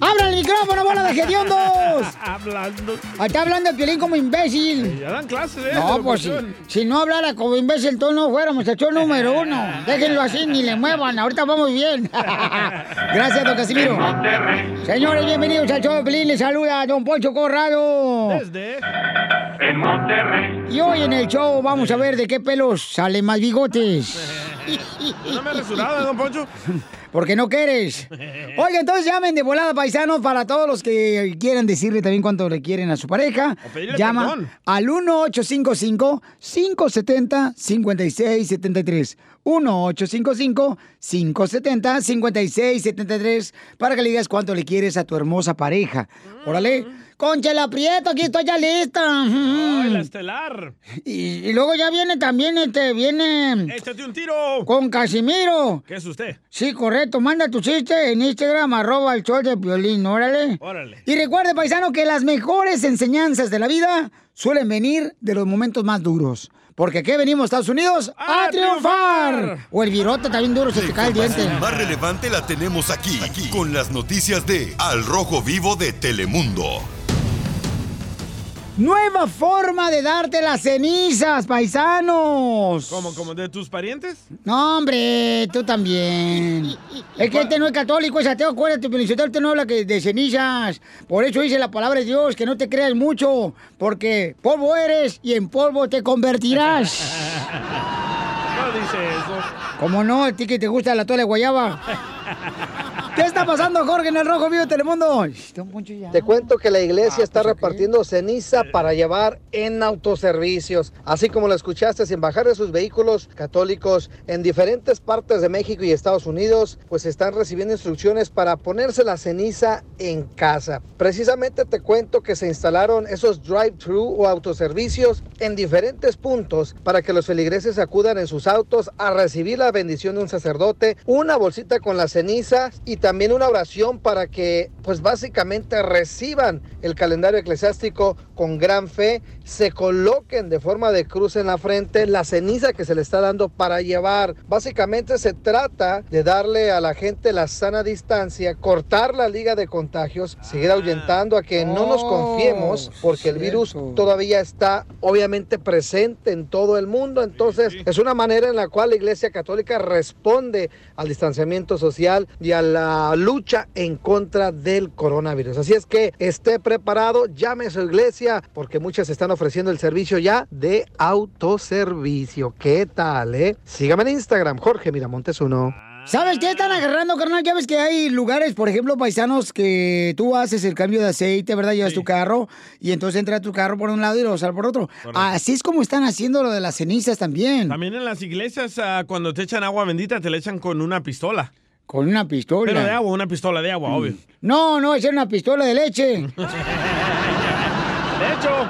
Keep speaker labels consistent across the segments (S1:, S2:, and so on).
S1: ¡Abra el micrófono, bola de hediondos!
S2: Hablando.
S1: Está hablando el piolín como imbécil.
S2: Ya dan clases, ¿eh?
S1: No,
S2: de
S1: pues si,
S2: locución.
S1: si no hablara como imbécil, tú no fuera muchacho número uno. Déjenlo así, ni le muevan. Ahorita vamos bien. Gracias, don Casimiro. Señores, bienvenidos al show de Pelín. Les saluda don Poncho Corrado.
S3: En Monterrey.
S1: Y hoy en el show vamos a ver de qué pelos salen más bigotes.
S2: No me he rasurado, don Poncho.
S1: Porque no quieres. Oye, entonces llamen de volada paisanos para todos los que quieran decirle también cuánto le quieren a su pareja.
S2: O pedirle
S1: Llama
S2: perdón.
S1: al 1855-570-5673. 1855-570-5673 para que le digas cuánto le quieres a tu hermosa pareja.
S2: Mm.
S1: Órale. Conchela Prieto, aquí estoy ya lista. Ay,
S2: La estelar.
S1: y, y luego ya viene también, este, viene
S2: Échate un tiro.
S1: con Casimiro.
S2: ¿Qué es usted?
S1: Sí, correcto. Manda tu chiste en Instagram, arroba el show de violín, órale.
S2: Órale.
S1: Y recuerde, paisano, que las mejores enseñanzas de la vida suelen venir de los momentos más duros. Porque aquí venimos, Estados Unidos, a,
S2: ¡A
S1: triunfar.
S2: triunfar!
S1: O el virote también duro, se te cae el diente.
S4: Más relevante la tenemos aquí, aquí, con las noticias de Al Rojo Vivo de Telemundo.
S1: Nueva forma de darte las cenizas, paisanos.
S2: ¿Cómo, como de tus parientes?
S1: No, hombre, tú también. Es que este no es católico, es ateo. Acuérdate, Felicitarte no habla que de cenizas. Por eso dice la palabra de Dios, que no te creas mucho, porque polvo eres y en polvo te convertirás.
S2: No dice eso.
S1: Como no, a ti que te gusta la tola de guayaba. ¿Qué está pasando, Jorge, en el Rojo Vivo de Telemundo? Shh, Don Poncho ya.
S5: Te cuento que la iglesia
S1: Ah,
S5: está
S1: pues
S5: repartiendo ceniza
S1: Eh.
S5: para llevar en autoservicios, así como lo escuchaste, sin bajar de sus vehículos católicos en diferentes partes de México y Estados Unidos, pues están recibiendo instrucciones para ponerse la ceniza en casa. Precisamente te cuento que se instalaron esos drive-thru o autoservicios en diferentes puntos para que los feligreses acudan en sus autos a recibir la bendición de un sacerdote, una bolsita con la ceniza y también una oración para que pues básicamente reciban el calendario eclesiástico con gran fe, se coloquen de forma de cruz en la frente la ceniza que se le está dando para llevar. Básicamente se trata de darle a la gente la sana distancia, cortar la liga de contagios, seguir ahuyentando a que no nos
S1: Oh,
S5: confiemos porque el virus
S1: cierto.
S5: todavía está obviamente presente en todo el mundo. Entonces, es una manera en la cual la Iglesia Católica responde al distanciamiento social y a la lucha en contra del coronavirus. Así es que esté preparado, llame a su iglesia, porque muchas están ofreciendo el servicio ya de autoservicio. ¿Qué tal, eh? Sígame en Instagram, Jorge Miramontes uno.
S1: ¿Sabes qué están agarrando, carnal? Ya ves que hay lugares, por ejemplo, paisanos, que tú haces el cambio de aceite, ¿verdad? Llevas tu carro y entonces entra tu carro por un lado y lo sale por otro. Así es como están haciendo lo de las cenizas también.
S2: También en las iglesias, ah, cuando te echan agua bendita, te la echan con una pistola.
S1: Con una pistola. Mm.
S2: Pero de agua, una pistola de agua, obvio.
S1: No, no, es una pistola de leche.
S2: De hecho,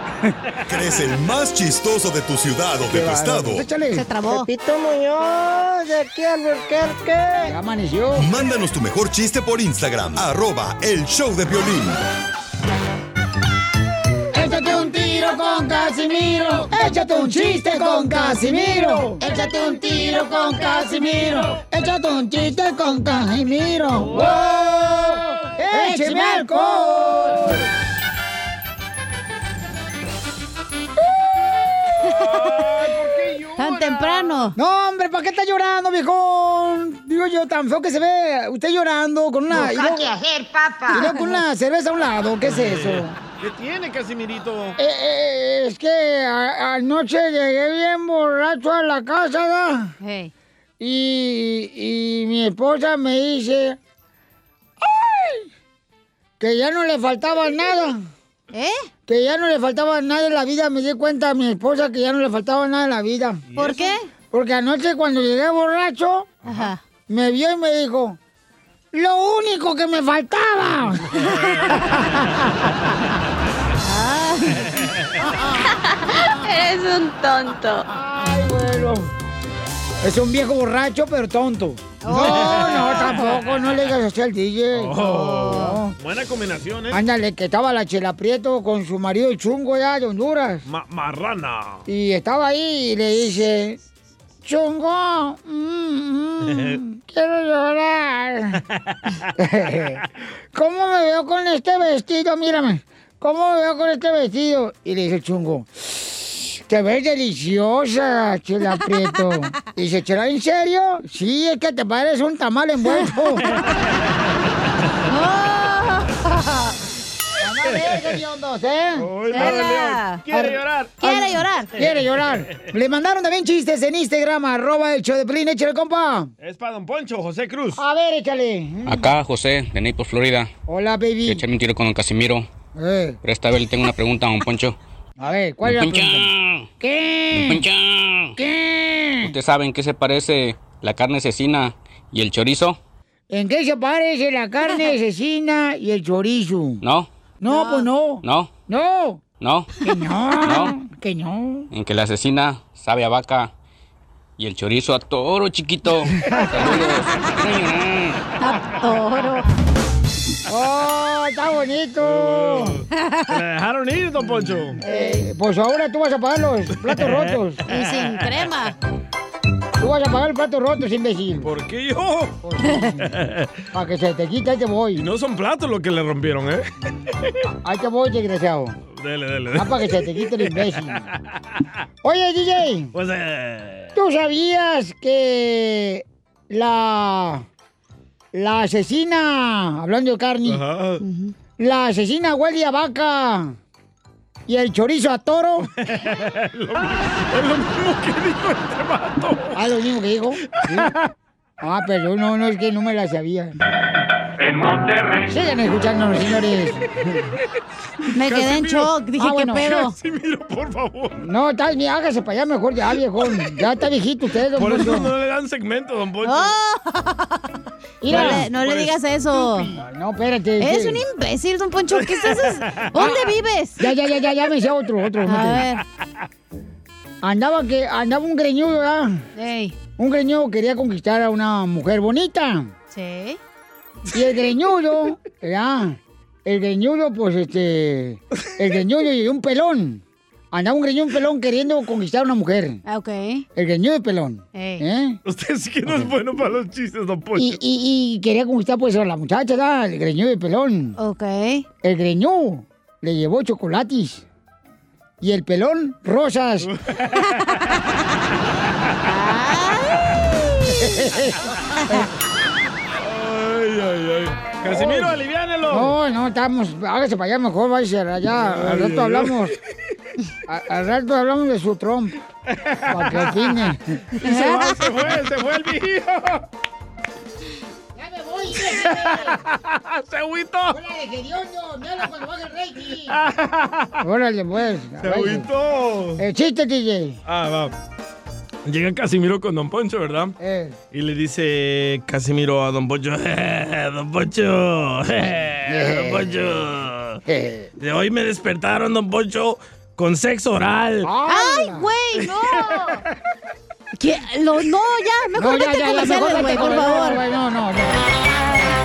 S4: ¿Crees el más chistoso de tu ciudad o de tu
S1: Qué
S4: estado?
S1: bárbaro. Échale.
S6: Se trabó.
S5: Pepito Muñoz, de aquí al
S1: Ya amaneció.
S4: Mándanos tu mejor chiste por Instagram, arroba el show de violín.
S1: Échate un tiro con Casimiro. Échate un chiste con Casimiro. Échate un tiro con Casimiro. Échate un chiste con Casimiro. ¡Wow! ¡Écheme alcohol!
S7: llorando.
S1: No, hombre, ¿para qué está llorando, viejón? Digo yo, tan feo que se ve usted llorando con una... y luego-
S7: ¿Qué hacer, papá?
S1: y luego con una cerveza a un lado, ¿qué es eso?
S2: ¿Qué tiene, Casimirito?
S1: Eh, eh, es que a- anoche llegué bien borracho a la casa, ¿da? Y, y mi esposa me dice ¡Ay! que ya no le faltaba nada. ¿Eh? Que ya no le faltaba nada en la vida. Me di cuenta a mi esposa que ya no le faltaba nada en la vida.
S7: ¿Por eso? qué?
S1: Porque anoche cuando llegué borracho, me vio y me dijo, lo único que me faltaba. Ah.
S7: Eres un tonto.
S1: Ay, bueno. Es un viejo borracho, pero tonto.
S7: Oh.
S1: No, no, tampoco, no le digas así al DJ.
S2: Oh, Buena combinación,
S1: No.
S2: ¿eh?
S1: Ándale, que estaba la Chela Prieto con su marido el chungo ya de Honduras.
S2: Ma- marrana.
S1: Y estaba ahí y le dice, chungo, mm, mm, quiero llorar. Ah. ¿Cómo me veo con este vestido? Mírame. ¿Cómo me veo con este vestido? Y le dice el chungo, te ves deliciosa, Chela Prieto. Y dice, ¿Chela, en serio? Sí, es que te pareces un tamal envuelto. Mamá, verga, hediondos, ¿eh?
S7: Chela. Quiere llorar. Quiere llorar.
S1: Quiere llorar. Le mandaron también chistes en Instagram, arroba el show de Plin, échale, compa.
S2: Es para Don Poncho, José Cruz.
S1: A ver, échale.
S8: Acá, José, de Naples, Florida.
S1: Hola,
S8: Quiero
S1: baby.
S8: echarme un tiro con don Casimiro.
S1: Eh,
S8: Pero esta vez le tengo una pregunta a don Poncho.
S1: a ver, ¿cuál es la
S8: Don Poncho.
S1: pregunta?
S8: Don
S1: ¿Qué?
S8: Poncho.
S1: ¿Qué?
S8: ¿Ustedes saben qué se parece la carne cecina y el chorizo?
S1: ¿En qué se parece la carne asesina y el chorizo?
S8: ¿No?
S1: No, pues no.
S8: ¿No?
S1: No.
S8: ¿No?
S1: Que no.
S8: ¿No?
S1: Que no.
S8: En que la asesina sabe a vaca y el chorizo a toro chiquito. Saludos.
S7: Toro.
S1: ¡Oh, está bonito!
S2: Se la dejaron ir, Don Poncho.
S1: Eh, pues ahora tú vas a pagar los platos rotos.
S7: Y sin crema.
S1: Tú vas a pagar los platos rotos, imbécil.
S2: ¿Por qué yo?
S1: Para que se te quite, ahí te
S2: Y
S1: voy.
S2: no son platos los que le rompieron, ¿eh?
S1: Ahí te voy, desgraciado.
S2: Dele, dele.
S1: Ah, para que se te quite el imbécil. Oye, DJ,
S2: Pues, eh,
S1: ¿tú sabías que la, la asesina, hablando de carne,
S2: ajá.
S1: la asesina huele a vaca y el chorizo a toro?
S2: Es lo mismo que dijo este vato.
S1: Ah, lo mismo que digo. ¿Sí? Ah, pero no, no, es que no me la sabía.
S9: en Monterrey,
S1: Sigan escuchándonos, señores.
S7: Me quedé en shock. Dije,
S1: Ah, bueno.
S7: ¿qué pedo?
S2: Casimiro, por favor.
S1: No, tal, ni hágase para allá mejor ya, viejón. Ya está viejito usted, don
S2: Por eso
S1: Poncho.
S2: no le dan segmento, Don Poncho.
S1: Oh.
S7: No
S1: Mira. pues.
S7: le, no le digas eso.
S1: No, espérate.
S7: Eres
S1: sí.
S7: un imbécil, don Poncho. ¿Qué Oh. estás haciendo? ¿Dónde vives?
S1: Ya, ya, ya, ya, ya me hice otro, otro. no
S7: A
S1: te-
S7: ver.
S1: Andaba que andaba un greñudo, ¿verdad?
S7: Ey.
S1: Un greñudo quería conquistar a una mujer bonita.
S7: Sí.
S1: Y el greñudo, ¿verdad? El greñudo, pues este. El greñudo y un pelón. Andaba un greñudo, un pelón queriendo conquistar a una mujer.
S7: Ah, Ok.
S1: El greñudo y pelón.
S7: Ey.
S1: ¿Eh?
S2: Usted sí que no es bueno para los chistes, Don Poncho.
S1: Y, y- y quería conquistar pues a la muchacha, ¿verdad? El greñudo y pelón.
S7: Ok.
S1: El greñudo le llevó chocolates. Y el pelón, rosas.
S2: Ay, ay, ay. Casimiro, aliviánelo.
S1: No, no, estamos. Hágase para allá mejor, váyase allá. Al rato hablamos. A- al rato hablamos de su Trump. Para que opine.
S2: Y se va, se fue, se fue el vigío.
S1: ¡Ya me voy!
S2: Se agüitó.
S1: Órale, pues.
S2: Se
S1: váyase.
S2: agüitó.
S1: El chiste, DJ.
S2: Ah, va. Llega Casimiro con Don Poncho, ¿verdad?
S1: Eh,
S2: Y le dice Casimiro a Don Poncho, Don Poncho, Don Poncho.
S1: eh.
S2: De hoy me despertaron, Don Poncho, con sexo oral.
S1: Ah,
S7: ¡Ay,
S1: Hola.
S7: güey! ¡No! ¿Qué? Lo- no, ya. Mejor
S1: No, ya,
S7: vete
S1: ya,
S7: con
S1: ya,
S7: los
S1: mejor
S7: L's,
S1: date
S7: güey,
S1: con
S7: por
S1: los L's,
S7: favor.
S1: güey, No, no, no.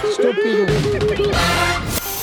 S1: Estúpido.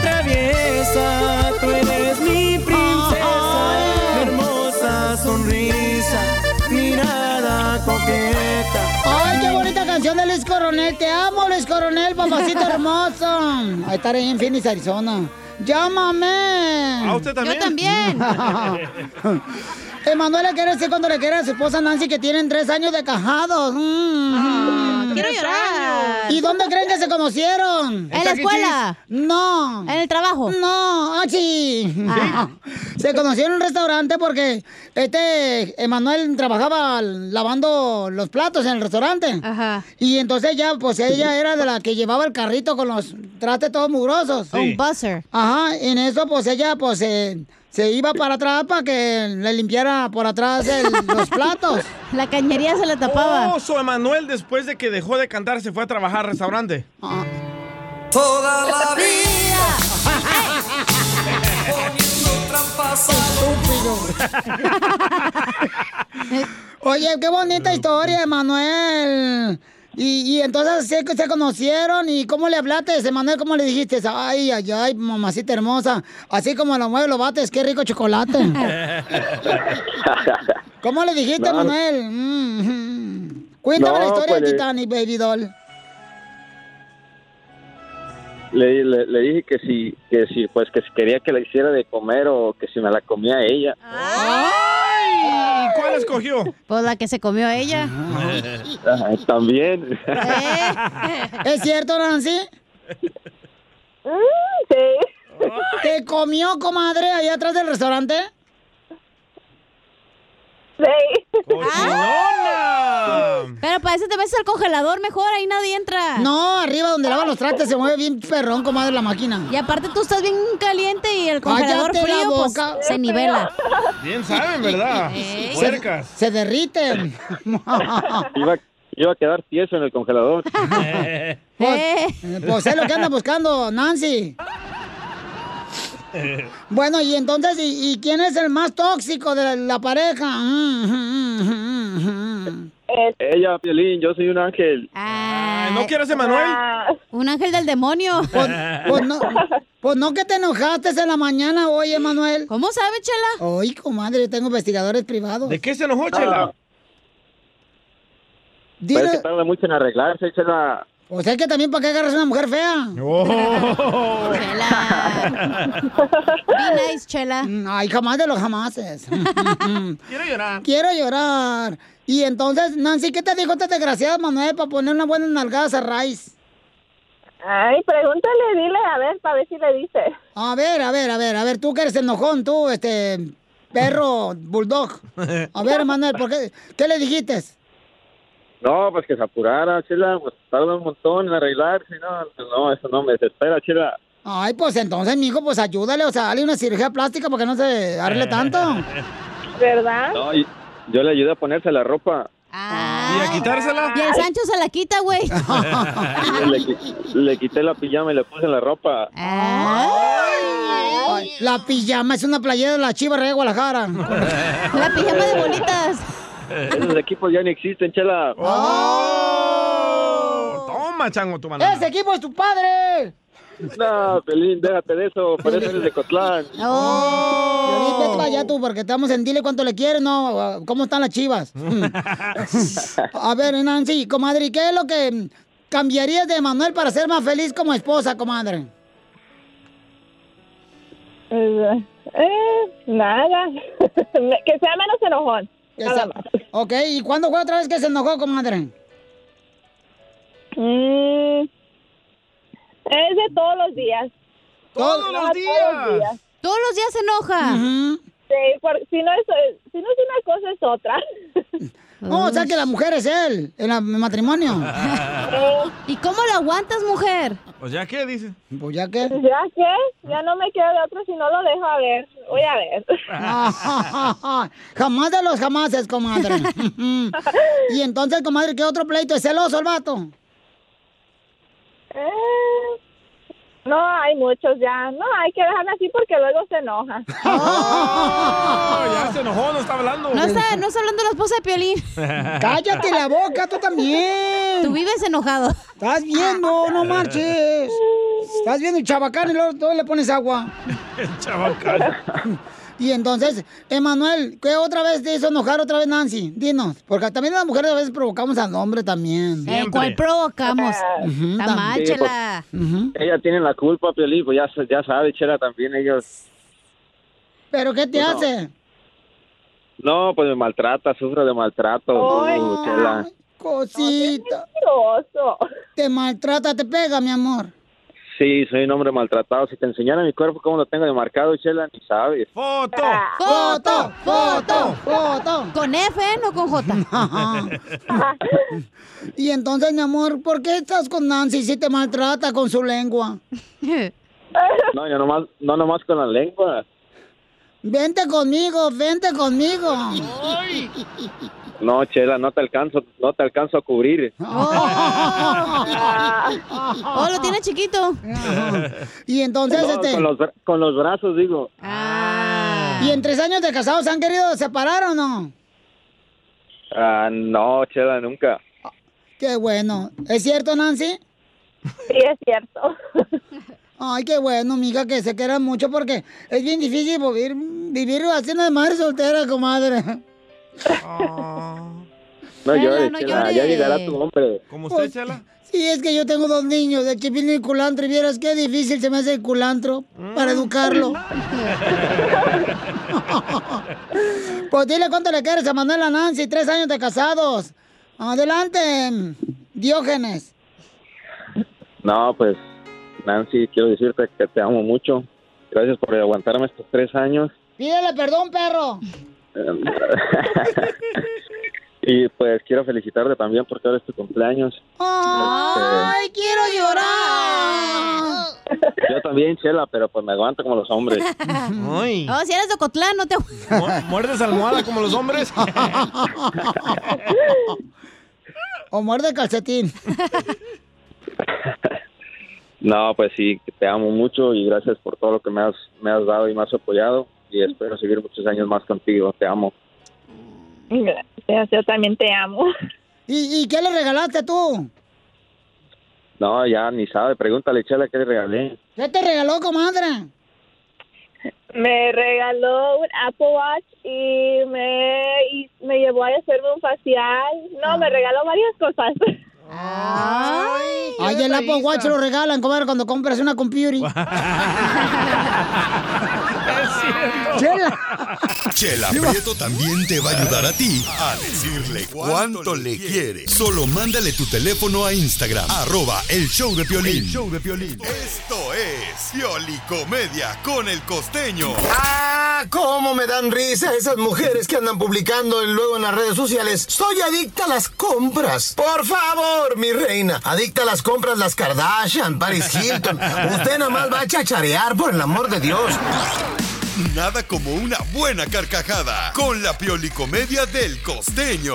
S3: traviesa, tú eres mi princesa, hermosa sonrisa, mirada coqueta.
S1: Ay, qué bonita canción de Luis Coronel. Te amo, Luis Coronel, papacito hermoso. A estar ahí en Phoenix, Arizona. Llámame.
S3: Ah,
S2: ¿A usted también? Yo
S7: también.
S1: Emanuela quiere decir cuando le quiera a su esposa Nancy que tienen tres años de cajados. Mm.
S7: quiero llorar.
S1: ¿Y dónde creen que se conocieron?
S7: ¿En la escuela?
S1: No.
S7: ¿En el trabajo? Ah.
S1: No, ah, sí. Se conocieron en un restaurante porque este Emanuel trabajaba lavando los platos en el restaurante.
S7: Ajá.
S1: Y entonces ya, pues ella era de la que llevaba el carrito con los trastes todos mugrosos.
S7: Oh, Un buzzer.
S1: Ajá, en eso pues ella pues eh, se iba para atrás para que le limpiara por atrás el- los platos.
S7: La cañería se la tapaba.
S2: Oh, so Emanuel después de que dejó de cantar se fue a trabajar al restaurante.
S1: Ah.
S3: Toda la vida. Poniendo trampas
S1: Oye, qué bonita historia, Emanuel. Y, y entonces sé que se conocieron y cómo le hablaste, Emanuel, cómo le dijiste, ay, ay, ay, mamacita hermosa, así como lo mueve, lo bates, qué rico chocolate. ¿Cómo le dijiste,
S3: No.
S1: Emanuel? Mm, mm. Cuéntame
S10: No,
S1: la historia de
S10: pues,
S1: Titanic, baby doll.
S10: Le, le- le dije que si, que si, pues que si quería que la hiciera de comer o que si me la comía ella.
S2: Ah.
S7: ¿Y
S2: cuál escogió?
S7: Pues la que se comió ella.
S10: Ajá, También.
S1: ¿Es cierto, Nancy? Sí. ¿Te comió, comadre, ahí atrás del restaurante?
S11: Sí.
S7: Pero para eso te ves al congelador mejor, ahí nadie entra.
S1: No, arriba donde lavan los trastes se mueve bien perrón, comadre, la máquina.
S7: Y aparte tú estás bien caliente y el congelador
S1: Cállate la
S7: frío pues,
S1: boca.
S7: se nivela.
S2: Bien saben, ¿verdad?
S7: Ey.
S2: Puercas.
S1: Se derriten.
S10: Iba, iba a quedar tieso en el congelador.
S1: Pues, pues es lo que anda buscando Nancy.
S10: Eh,
S1: Bueno, y entonces, ¿y, y quién es el más tóxico de la, la pareja? Mm.
S10: Ella, Piolín, yo soy un ángel.
S2: ¿No quieres Emanuel?
S7: Ah. Un ángel del demonio.
S1: Pues, pues no, pues no que te enojaste en la mañana hoy, Emanuel.
S7: ¿Cómo sabe, Chela?
S1: Ay, comadre, yo tengo investigadores privados.
S2: ¿De qué se enojó,
S10: Ah.
S2: Chela?
S10: Pero es que
S1: Dile,
S10: tarda mucho en arreglarse, échala.
S1: o sea que también para qué agarras una mujer fea.
S2: Oh.
S7: Be nice, Chela.
S1: Mm, Ay, jamás de los jamases. Quiero llorar. Quiero llorar. Y entonces, Nancy, ¿qué te dijo esta desgraciada Manuel para poner una buena nalgada a Raiz?
S11: Ay, pregúntale, dile, a ver, para ver si le dice.
S1: A ver, a ver, a ver, a ver, tú que eres enojón, tú, este perro bulldog. A ver, Manuel, ¿por qué, ¿qué le dijiste?
S10: No, pues que se apurara, chela, pues tarda un montón en arreglarse, no, pues, no, eso no me desespera, chela.
S1: Ay, pues entonces, mijo, pues ayúdale, o sea, dale una cirugía plástica porque no se arregle tanto.
S11: ¿Verdad?
S10: No, y- yo le ayudé a ponerse la ropa.
S2: ¿Y a quitársela?
S7: Y el Sancho se la quita, güey.
S10: Le, qui- le quité la pijama y le puse la ropa.
S1: Ay, la pijama es una playera de la Chiva Rey de Guadalajara.
S7: La pijama de bolitas.
S10: Esos equipos ya ni existen, chela.
S2: Oh. Toma, chango, tu mano.
S1: ¡Ese equipo es tu padre!
S10: No, Pelín, déjate de eso, parece eres de Cotlán.
S1: Oh. Vete para allá tú, porque estamos en dile cuánto le quieres, ¿no? ¿Cómo están las chivas? A ver, Nancy, comadre, ¿qué es lo que cambiarías de Manuel para ser más feliz como esposa, comadre?
S11: Eh, eh, nada. que sea menos enojón.
S1: Que
S11: Nada
S1: sea-
S11: más.
S1: Ok, ¿y cuándo fue otra vez que se enojó, comadre?
S11: Mm, es de todos los días.
S1: Todos
S11: No,
S1: los
S11: Todos los días.
S1: días.
S7: Todos los días se enoja.
S11: eh, Sí, por- si, no es, si no es una cosa, es otra.
S1: No, o sea que la mujer es él, en la- en el matrimonio.
S7: ¿Y cómo lo aguantas, mujer?
S2: Pues ya qué, dice.
S1: Pues ya qué.
S12: ¿Ya qué? Ya no me quedo de otro si no lo dejo a ver. Voy a ver.
S1: jamás de los jamases, comadre. y entonces, comadre, ¿qué otro pleito? ¿Es celoso el vato?
S12: Eh, no hay muchos ya. No, hay que dejarme así porque luego se enoja.
S1: Oh,
S2: ya se enojó, no está hablando.
S7: No está, no está hablando la esposa de Piolín.
S2: Cállate
S1: la boca, tú también.
S7: Tú vives enojado.
S1: Estás viendo, no marches. Estás viendo el chabacán y luego todo le pones agua. Y entonces, Emanuel, ¿qué otra vez te hizo enojar otra vez Nancy? Dinos, porque también las mujeres a veces provocamos al hombre también.
S7: Eh, ¿Cuál provocamos?
S1: Ujú,
S7: Está
S1: tam-
S7: mal,
S10: Sí,
S7: chela.
S10: pues, Ella tiene la culpa, Piolín, pues ya, sa- ya sabe, Chela, también ellos...
S1: ¿Pero qué te
S10: Pues no.
S1: hace?
S10: No, pues me maltrata, sufre de maltrato,
S1: Oh, Ay.
S10: uh, Chela.
S1: Cosita. Te maltrata, te pega, mi amor.
S10: Sí, soy un hombre maltratado. Si te enseñara mi cuerpo cómo lo tengo de marcado, Chela, ni sabes.
S2: ¡Foto!
S1: ¡Foto! ¡Foto! ¡Foto!
S7: ¿Con F, no con J?
S1: y entonces, mi amor, ¿por qué estás con Nancy si te maltrata con su lengua?
S10: No, yo nomás, no nomás con la lengua.
S1: Vente conmigo, vente conmigo.
S7: Ah.
S10: No, Chela, no te alcanzo, no te alcanzo a cubrir.
S7: Oh, lo tiene chiquito.
S1: Y entonces,
S10: No,
S1: este,
S10: con, los, bra- con los brazos, digo.
S1: ¿y en tres años de casados se han querido separar o no?
S10: Ah, no, Chela, nunca.
S1: Qué bueno. ¿Es cierto, Nancy? Sí, es cierto. Ay, qué bueno, mija, que se quieran mucho porque es bien difícil vivir, vivir haciendo de madre soltera, comadre.
S10: No
S1: Chela,
S10: llores,
S1: no
S10: Chela, ya
S1: llores.
S10: llegará tu hombre.
S2: ¿Cómo
S1: usted, Pues-
S2: Chela?
S1: Sí, es que yo tengo dos niños, de Chipín y Culantro, y vieras qué difícil se me hace el culantro para educarlo. Pues dile cuánto le quieres a Manuela Nancy, tres años de casados. Adelante, Diógenes.
S10: No, pues, Nancy, quiero decirte que te amo mucho. Gracias por aguantarme estos tres años.
S1: Pídele perdón, perro.
S10: y pues quiero felicitarte también porque ahora es tu cumpleaños.
S1: ¡Ay, quiero llorar!
S10: Yo también, Chela, pero pues me aguanto como los hombres.
S7: Oh, si eres de Ocotlán, no te...
S2: ¿Muerdes almohada como los hombres?
S1: O muerde calcetín.
S10: No, pues sí, que te amo mucho y gracias por todo lo que me has, me has dado y me has apoyado. Y espero seguir muchos años más contigo. Te amo.
S12: Gracias, yo también te amo.
S1: ¿Y, y qué le regalaste tú?
S10: No, ya ni sabe. Pregúntale, Chela, ¿qué le regalé?
S1: ¿Qué te regaló, comadre?
S12: Me regaló un Apple Watch y me, y me llevó a hacerme un facial. No,
S1: Ah.
S12: me regaló varias cosas.
S1: Ay, el Apple Watch lo regalan, comadre, cuando compras una computer. Chela.
S4: Chela Prieto también te va a ayudar a ti a decirle cuánto le quiere. Solo mándale tu teléfono a Instagram, arroba el show de Piolín.
S13: El show de Piolín.
S4: Esto es Pioli Comedia con el costeño.
S13: Ah, cómo me dan risa esas mujeres que andan publicando y luego en las redes sociales. Soy adicta a las compras. Por favor, mi reina. Adicta a las compras las Kardashian, Paris Hilton. Usted nada más va a chacharear, por el amor de Dios.
S4: Nada como una buena carcajada con la Pioli Comedia del costeño.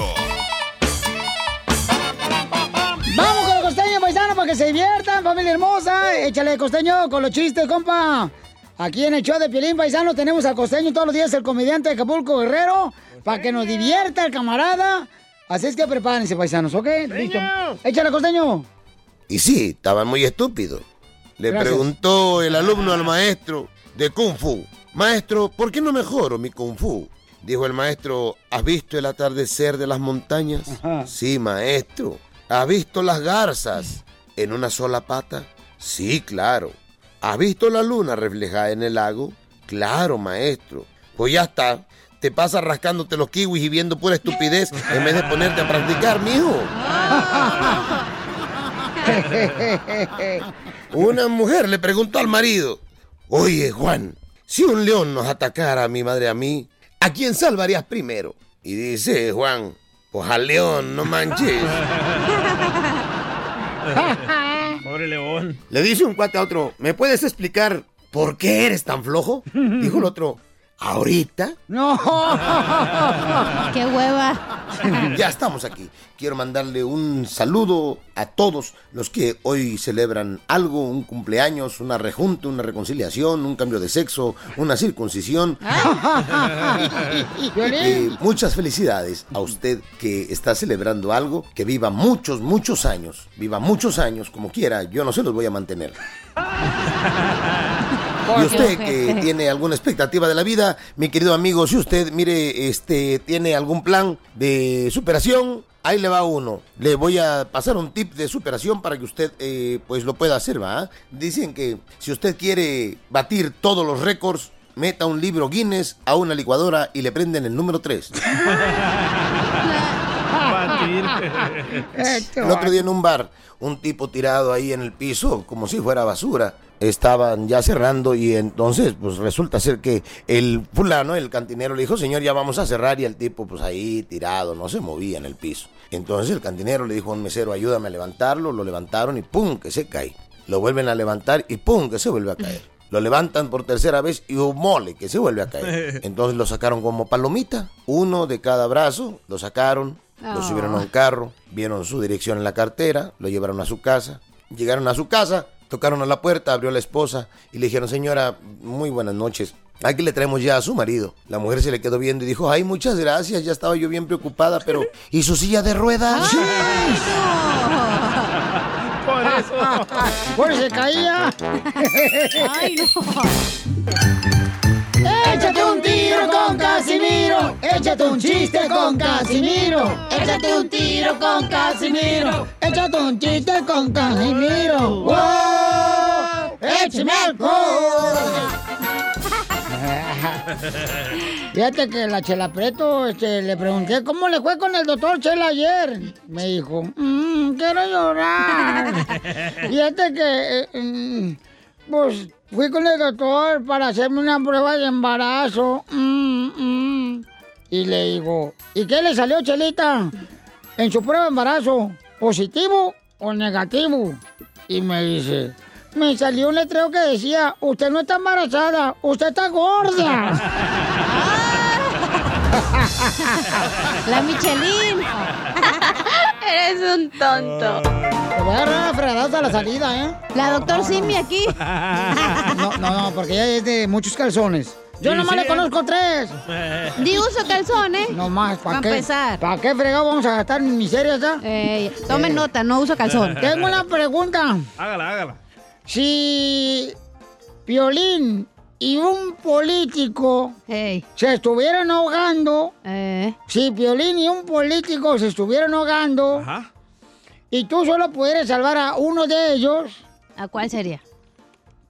S1: Vamos con el costeño, paisano, para que se diviertan, familia hermosa. Échale costeño con los chistes, compa. Aquí en el show de Piolín Paisano tenemos al costeño todos los días, el comediante de Acapulco Guerrero, para que nos divierta el camarada. Así es que prepárense, paisanos, ¿ok? Listo. Échale costeño.
S13: Y sí, estaban muy estúpidos. Le
S1: Gracias.
S13: preguntó el alumno al maestro de Kung Fu. Maestro, ¿por qué no mejoro mi Kung Fu? Dijo el maestro, ¿has visto el atardecer de las montañas? Sí, maestro. ¿Has visto las garzas en una sola pata? Sí, claro. ¿Has visto la luna reflejada en el lago? Claro, maestro. Pues ya está. Te pasas rascándote los kiwis y viendo pura estupidez en vez de ponerte a practicar, mijo. Una mujer le preguntó al marido, oye Juan, si un león nos atacara a mi madre a mí, ¿a quién salvarías primero? Y dice Juan, Pues al león, no manches.
S2: Pobre león.
S13: Le dice un cuate a otro, ¿me puedes explicar por qué eres tan flojo? Dijo el otro, ¿ahorita?
S1: No.
S7: Qué hueva.
S13: ya estamos aquí. Quiero mandarle un saludo a todos los que hoy celebran algo, un cumpleaños, una rejunta, una reconciliación, un cambio de sexo, una circuncisión. Eh, muchas felicidades a usted que está celebrando algo, que viva muchos, muchos años. Viva muchos años, como quiera, yo no se los voy a mantener. Y usted que tiene alguna expectativa de la vida, mi querido amigo, si usted, mire, este, tiene algún plan de superación, ahí le va uno. Le voy a pasar un tip de superación para que usted, eh, pues, lo pueda hacer, ¿va? Dicen que si usted quiere batir todos los récords, meta un libro Guinness a una licuadora y le prenden el número 3. El otro día en un bar, un tipo tirado ahí en el piso, como si fuera basura. Estaban ya cerrando y entonces, pues resulta ser que el fulano, el cantinero, le dijo, señor, ya vamos a cerrar. Y el tipo, pues ahí tirado, no se movía en el piso. Entonces el cantinero le dijo a un mesero, ayúdame a levantarlo. Lo levantaron y pum, que se cae. Lo vuelven a levantar y pum, que se vuelve a caer. Lo levantan por tercera vez y un mole que se vuelve a caer. Entonces lo sacaron como palomita, uno de cada brazo, lo sacaron, lo
S14: Oh.
S13: subieron a un carro, vieron su dirección en la cartera, lo llevaron a su casa. Llegaron a su casa, tocaron a la puerta, abrió la esposa y le dijeron, señora, muy buenas noches. Aquí le traemos ya a su marido. La mujer se le quedó viendo y dijo, ay, muchas gracias, ya estaba yo bien preocupada, pero... ¿Y su silla de ruedas?
S1: Por eso. Por eso se caía.
S3: Ay,
S1: Échate un tiro con Casimiro. Échate un chiste con Casimiro. Échate un tiro con Casimiro. Échate un chiste con Casimiro. ¡Wow! ¡Échame alcohol! Fíjate que la Chela Preto, este, le pregunté cómo le fue con el doctor Chela ayer. Me dijo, "Mm, quiero llorar. Fíjate que, eh, mm, pues, fui con el doctor para hacerme una prueba de embarazo. Mm, mm. Y le digo, ¿y qué le salió, Chelita? En su prueba de embarazo, ¿positivo o negativo? Y me dice, me salió un letrero que decía, usted no está embarazada, usted está gorda.
S7: La Michelin. Eres un tonto.
S1: Te voy a agarrar a fregadas a la salida, ¿eh?
S7: La doctor Simi aquí.
S1: No, no, no, porque ella es de muchos calzones. Yo
S7: Sí,
S1: nomás
S7: sí.
S1: le conozco tres.
S7: Di uso calzón, ¿eh?
S1: No más, ¿para
S7: Pa'
S1: qué?
S7: empezar. Eh,
S1: ¿Para qué fregado vamos a gastar en miserias ya? Eh.
S7: tomen
S1: nota, no uso
S7: calzón.
S1: Tengo una pregunta.
S2: Hágala, hágala.
S1: Eh. Si Piolín y un político se estuvieran ahogando,
S7: Eh.
S1: si Piolín y un político se estuvieran ahogando, y tú solo pudieras salvar a uno de ellos,
S7: ¿A cuál sería?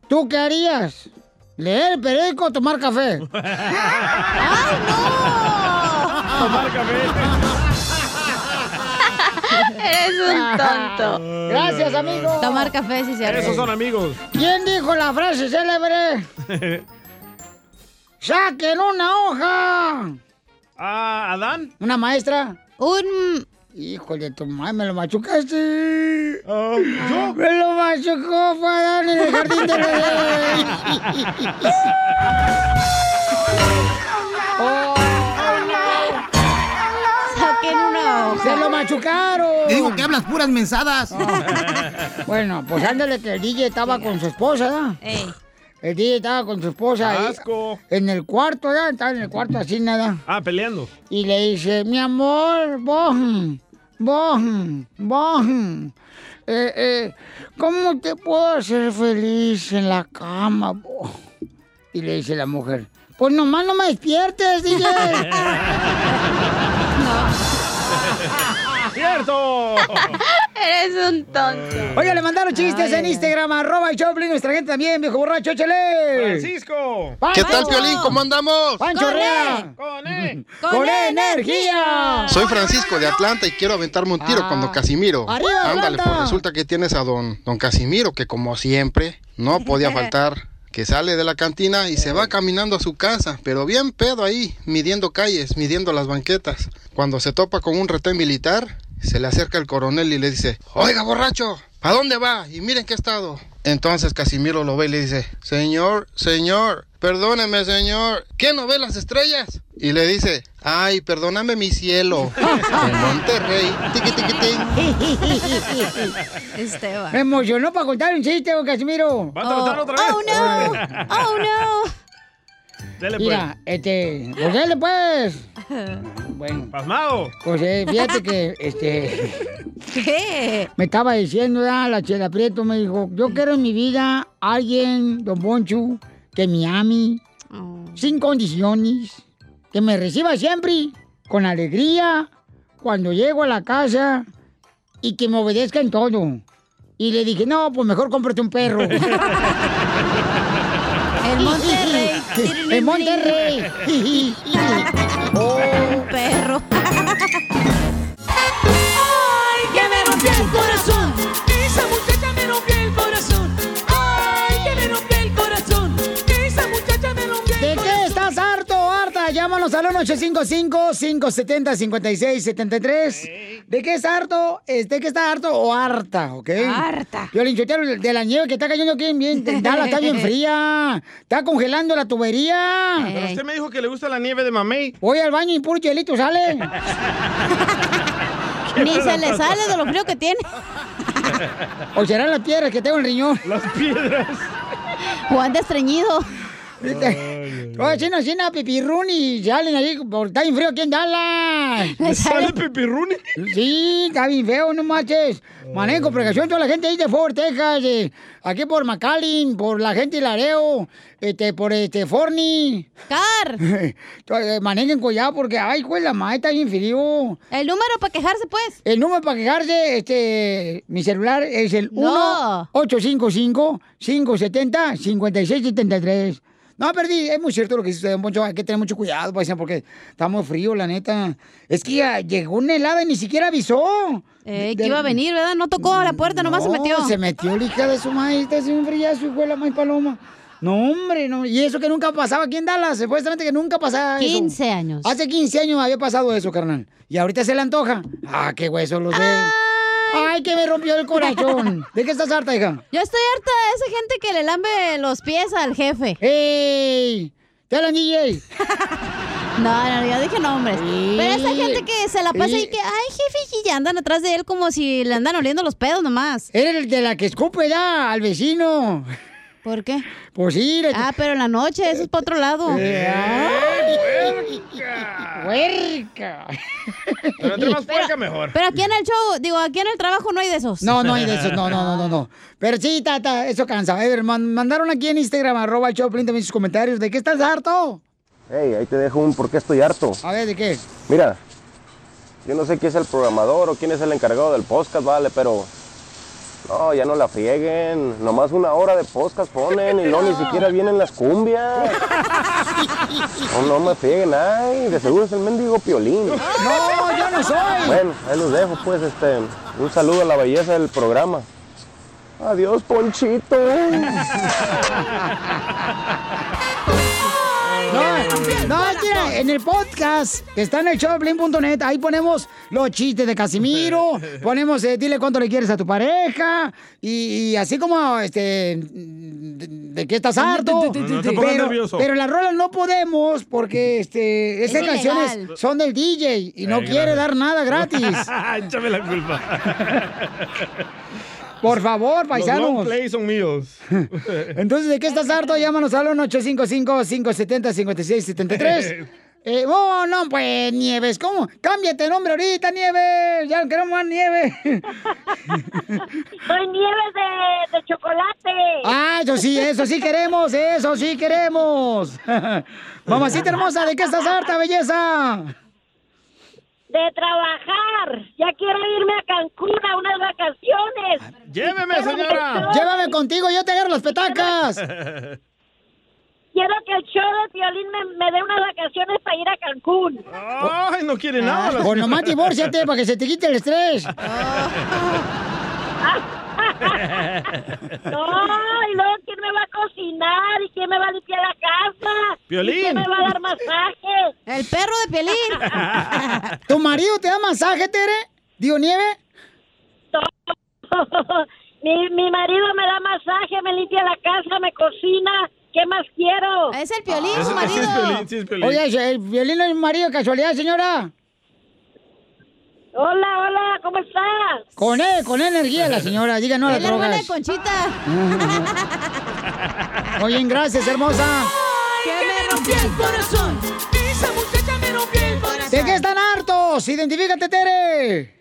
S1: ¿tú qué harías? ¿Leer el periódico o tomar café?
S3: Tomar
S7: Eres un tonto.
S1: Gracias, amigo.
S7: Tomar café, si se
S2: Esos son amigos.
S1: ¿Quién dijo la frase célebre? ¡Saquen una hoja!
S2: Ah, Adán.
S1: ¿Una maestra? Un... Híjole, tu madre, me lo machucaste.
S2: Oh, ¿yo?
S1: Me lo machucó para darle en el jardín de la
S7: Oh, Saquen una hoja.
S1: ¡Se lo machucaron!
S15: Te digo que hablas puras mensadas.
S1: Bueno, pues ándale que el DJ estaba con su esposa, ¿da? El DJ estaba con su esposa. ahí En el cuarto, ¿da? Estaba en el cuarto así, nada.
S2: Ah, peleando.
S1: Y le dice, mi amor, vos, vos, vos, eh, eh, ¿cómo te puedo hacer feliz en la cama, vos? Y le dice la mujer, pues nomás no me despiertes, DJ.
S2: ¡Cierto!
S7: Eres un tonto.
S1: Oye, le mandaron chistes en Instagram, arroba y Choplin, nuestra gente también, viejo borracho, échale.
S2: Francisco.
S1: Eh. Pancho.
S16: ¿Qué tal, Piolín? ¿Cómo andamos?
S1: ¡Pancho Rea!
S16: ¡Con, Soy Francisco de Atlanta y quiero aventarme un tiro con don Casimiro.
S3: Ah. ¡Arriba,
S16: Ándale,
S3: Atlanta!
S16: pues resulta que tienes a don, don Casimiro, que como siempre, no podía faltar. que sale de la cantina y se va caminando a su casa, pero bien pedo ahí, midiendo calles, midiendo las banquetas. Cuando se topa con un retén militar, se le acerca el coronel y le dice, oiga borracho, ¿a dónde va? Y miren qué estado. Entonces Casimiro lo ve y le dice, señor, señor, perdóneme señor, ¿qué no ve las estrellas? Y le dice, ay, perdóname mi cielo, en Monterrey, tiqui, tiqui,
S1: Esteban. Me emocionó para contar un chiste, don Casimiro.
S3: ¿Va a tratar otra vez?
S1: Oh, no. Oh, no.
S3: Dale, pues.
S1: Mira, este, pues dale pues. Bueno.
S2: Pasmado.
S1: Pues eh, fíjate que, este,
S7: ¿Qué?
S1: me estaba diciendo, ya, la chela Prieto me dijo, yo quiero en mi vida a alguien, don Bonchu, que me ame, sin condiciones, que me reciba siempre, con alegría, cuando llego a la casa, y que me obedezca en todo. Y le dije, no, pues mejor cómprate un perro.
S3: El Monterrey.
S1: ¡En Monterrey!
S3: Un perro. ¡Ay, que me rompió el corazón! Esa muchacha me rompió el corazón. ¡Ay, que me rompió el corazón! Esa muchacha me rompió
S1: ¿De qué estás harto o harta? Llámanos al 1-855-570-5673. ¿De qué es harto? Es ¿De qué está harto o harta? ¿Ok?
S7: Harta.
S1: Yo le de la nieve que está cayendo aquí bien. Dala, está bien fría. Está congelando la tubería.
S2: Pero usted me dijo que le gusta la nieve de mamey.
S1: Voy al baño y puro hielito sale.
S7: Ni se le sale de lo frío que tiene.
S1: O serán las piedras que tengo en el riñón.
S2: Las piedras.
S1: O anda estreñido. Oye, chino, chino, pipirruni. Salen ahí, por- está bien frío aquí en Dallas.
S3: ¿Le sale
S1: pipirruni? Sí, está bien feo, no marches. Manejo, precaución, toda la gente ahí de Fort Texas, eh, aquí por McAllen, por la gente de Lareo, este, por este, Forni.
S7: ¡Car!
S1: eh, Manejen cuidado porque, ay, pues la madre está bien frío. ¿El número para quejarse, pues? El número para quejarse, este, mi celular es el
S7: No.
S1: 1 855 570 5673 No, perdí, es muy cierto lo que dice usted, don Poncho. Hay que tener mucho cuidado, paisano, porque está muy frío, la neta. Es que ya llegó una helada y ni siquiera avisó.
S7: Eh, que iba a venir, ¿verdad? No tocó a la puerta, nomás se
S1: No,
S7: metió.
S1: Se metió la hija de su madre, está haciendo un frillazo, hijo de la madre paloma. No, hombre, no. Y eso que nunca pasaba aquí en Dallas, supuestamente que nunca pasaba eso.
S7: 15 años.
S1: Hace 15 años había pasado eso, carnal. Y ahorita se le antoja. Ah, qué hueso lo sé. Ay, que me rompió el corazón. ¿De qué estás harta, hija?
S7: Yo estoy harta de esa gente que le lambe los pies al jefe.
S1: ¡Ey! ¡Te lo DJ!
S7: No, no, yo dije nombres. Pero esa gente que se la pasa
S1: Sí.
S7: y que, ay, jefe, y andan atrás de él como si le andan oliendo los pedos nomás.
S1: Eres el de la que escupe ya al vecino.
S7: ¿Por qué?
S1: Pues sí. Eh,
S7: Ah, pero en la noche, eso es para otro lado. Ah.
S1: ¡Puerca!
S2: Pero entre más puerca, mejor.
S7: Pero aquí en el show, digo, aquí en el trabajo no hay de esos.
S1: No, no hay de esos, no, no, no, no, no. Pero sí, tata, eso cansa. A ver, man- mandaron aquí en Instagram, arroba el Choplin, también sus comentarios. ¿De qué estás harto?
S14: Hey, ahí te dejo un por qué estoy harto.
S1: A ver, ¿de qué?
S14: Mira, yo no sé quién es el programador o quién es el encargado del podcast, vale, pero. No, ya no la frieguen. Nomás una hora de podcast ponen y no ni siquiera vienen las cumbias. No, no me frieguen, ay, de seguro es el mendigo piolín.
S1: No, yo no soy.
S14: Bueno, ahí los dejo, pues, este. Un saludo a la belleza del programa. Adiós, Ponchito.
S1: No, no, mira, en el podcast que está en el showplin.net, ahí ponemos los chistes de Casimiro, ponemos, eh, dile cuánto le quieres a tu pareja, y, y así como, este, de, de qué estás harto.
S2: No te pongas
S1: pero,
S2: nervioso.
S1: pero las rolas no podemos porque, este,
S2: Es
S1: esas canciones
S2: ilegal.
S1: son del DJ y no
S2: Eh,
S1: quiere
S2: gracias.
S1: dar nada gratis.
S2: Ah, Échame la culpa.
S1: Por favor,
S2: Los long
S1: paisanos.
S2: plays son míos.
S1: Entonces, ¿de qué estás harto? Llámanos al 1-855-570-5673. Eh, oh, no, pues, Nieves, ¿cómo? Cámbiate de nombre ahorita, Nieves. Ya no queremos más nieve.
S3: Soy nieve de, de chocolate.
S1: ah, eso sí, eso sí queremos, eso sí queremos. Mamacita hermosa, ¿de qué estás harta, belleza?
S3: De trabajar. Ya quiero irme a Cancún a unas vacaciones.
S2: Lléveme, señora.
S1: Llévame contigo, yo te agarro las petacas.
S3: Quiero que el show de violín me, me dé unas vacaciones para ir a Cancún.
S2: Ay, no quiere nada. la
S1: O Ah,
S2: señora.
S1: nomás divórciate para que se te quite el estrés.
S17: No, y luego, ¿quién me va a cocinar? ¿Y quién me va a limpiar la casa? ¿Y
S3: Piolín.
S17: ¿Quién me va a dar masajes?
S7: El perro de Pelín.
S1: ¿Tu marido te da masaje, Tere? ¿Dio nieve?
S17: mi, mi marido me da masaje, me limpia la casa, me cocina. ¿Qué más quiero?
S7: Es el
S17: piolín,
S1: su Ese- ese es marido. Piolín, sí es Piolín. Oye, ese- el violín es marido, casualidad, señora.
S17: Hola, hola, ¿cómo estás?
S1: Con él, con energía la señora, diga no a las
S7: Es la hermana de
S1: drogas.
S7: Conchita.
S1: Muy bien, gracias, hermosa.
S3: Que me rompió el corazón. Esa muchacha me rompió el corazón.
S1: ¿De qué están hartos? Identifícate, Tere.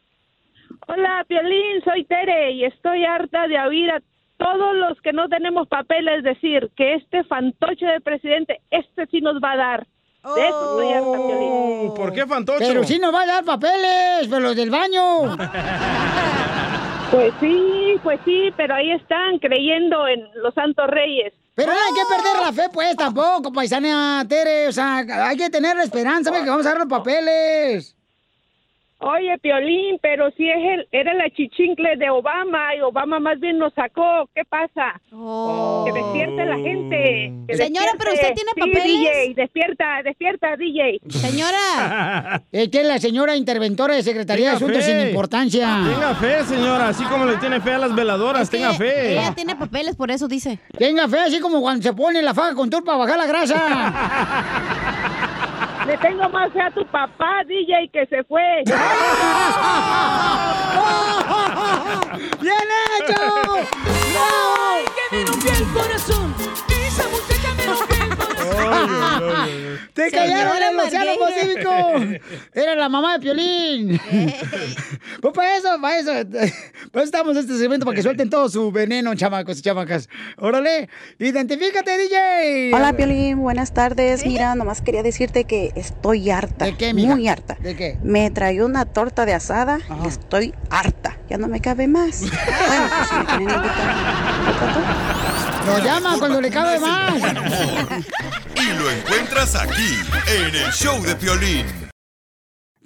S18: Hola, Piolín, soy Tere y estoy harta de oír a todos los que no tenemos papeles decir que este fantoche de presidente, este sí nos va a dar. De eso estoy harta, Piolín.
S2: Oh, ¿Por qué fantoche?
S1: Pero sí nos va a dar papeles, pero los del baño.
S18: Pues sí, pues sí, pero ahí están creyendo en los santos reyes.
S1: Pero no hay que perder la fe, pues, tampoco, paisana Tere. O sea, hay que tener la esperanza, ve, que vamos a dar los papeles.
S18: Oye, Piolín, pero si es el, era la chichincle de Obama y Obama más bien nos sacó, ¿qué pasa? Que despierte la gente. que
S7: Oh. Señora, ¿pero usted tiene
S18: Sí,
S7: papeles?
S18: DJ, despierta, despierta, DJ.
S7: Señora.
S1: Es que es la señora interventora de Secretaría de Asuntos sin importancia.
S2: Tenga fe, señora. Así como le tiene fe a las veladoras, tenga fe.
S7: Ella tiene papeles, por eso dice.
S1: Tenga fe, así como cuando se pone la faja con turpa para bajar la grasa.
S18: Le tengo más fe a tu papá, DJ, que se fue.
S1: ¡Bien hecho!
S3: ¡Ay, que me rompió el corazón! Esa muchacha me rompió el corazón.
S1: ¡Te callaron en el Océano
S3: Margarita.
S1: Pacífico! Era la mamá de Piolín. pues para eso, para eso. Pues estamos en este segmento para que suelten todo su veneno, chamacos y chamacas. Órale, identifícate, DJ.
S19: Hola Piolín, buenas tardes. Mira, nomás quería decirte que estoy harta. ¿De qué, Muy harta.
S1: ¿De qué?
S19: Me trae una torta de asada y estoy harta. Ya no me cabe más. Bueno, pues, si me quieren invitar.
S1: Lo llama cuando le cabe más.
S4: Y lo encuentras aquí, en el show de Piolín.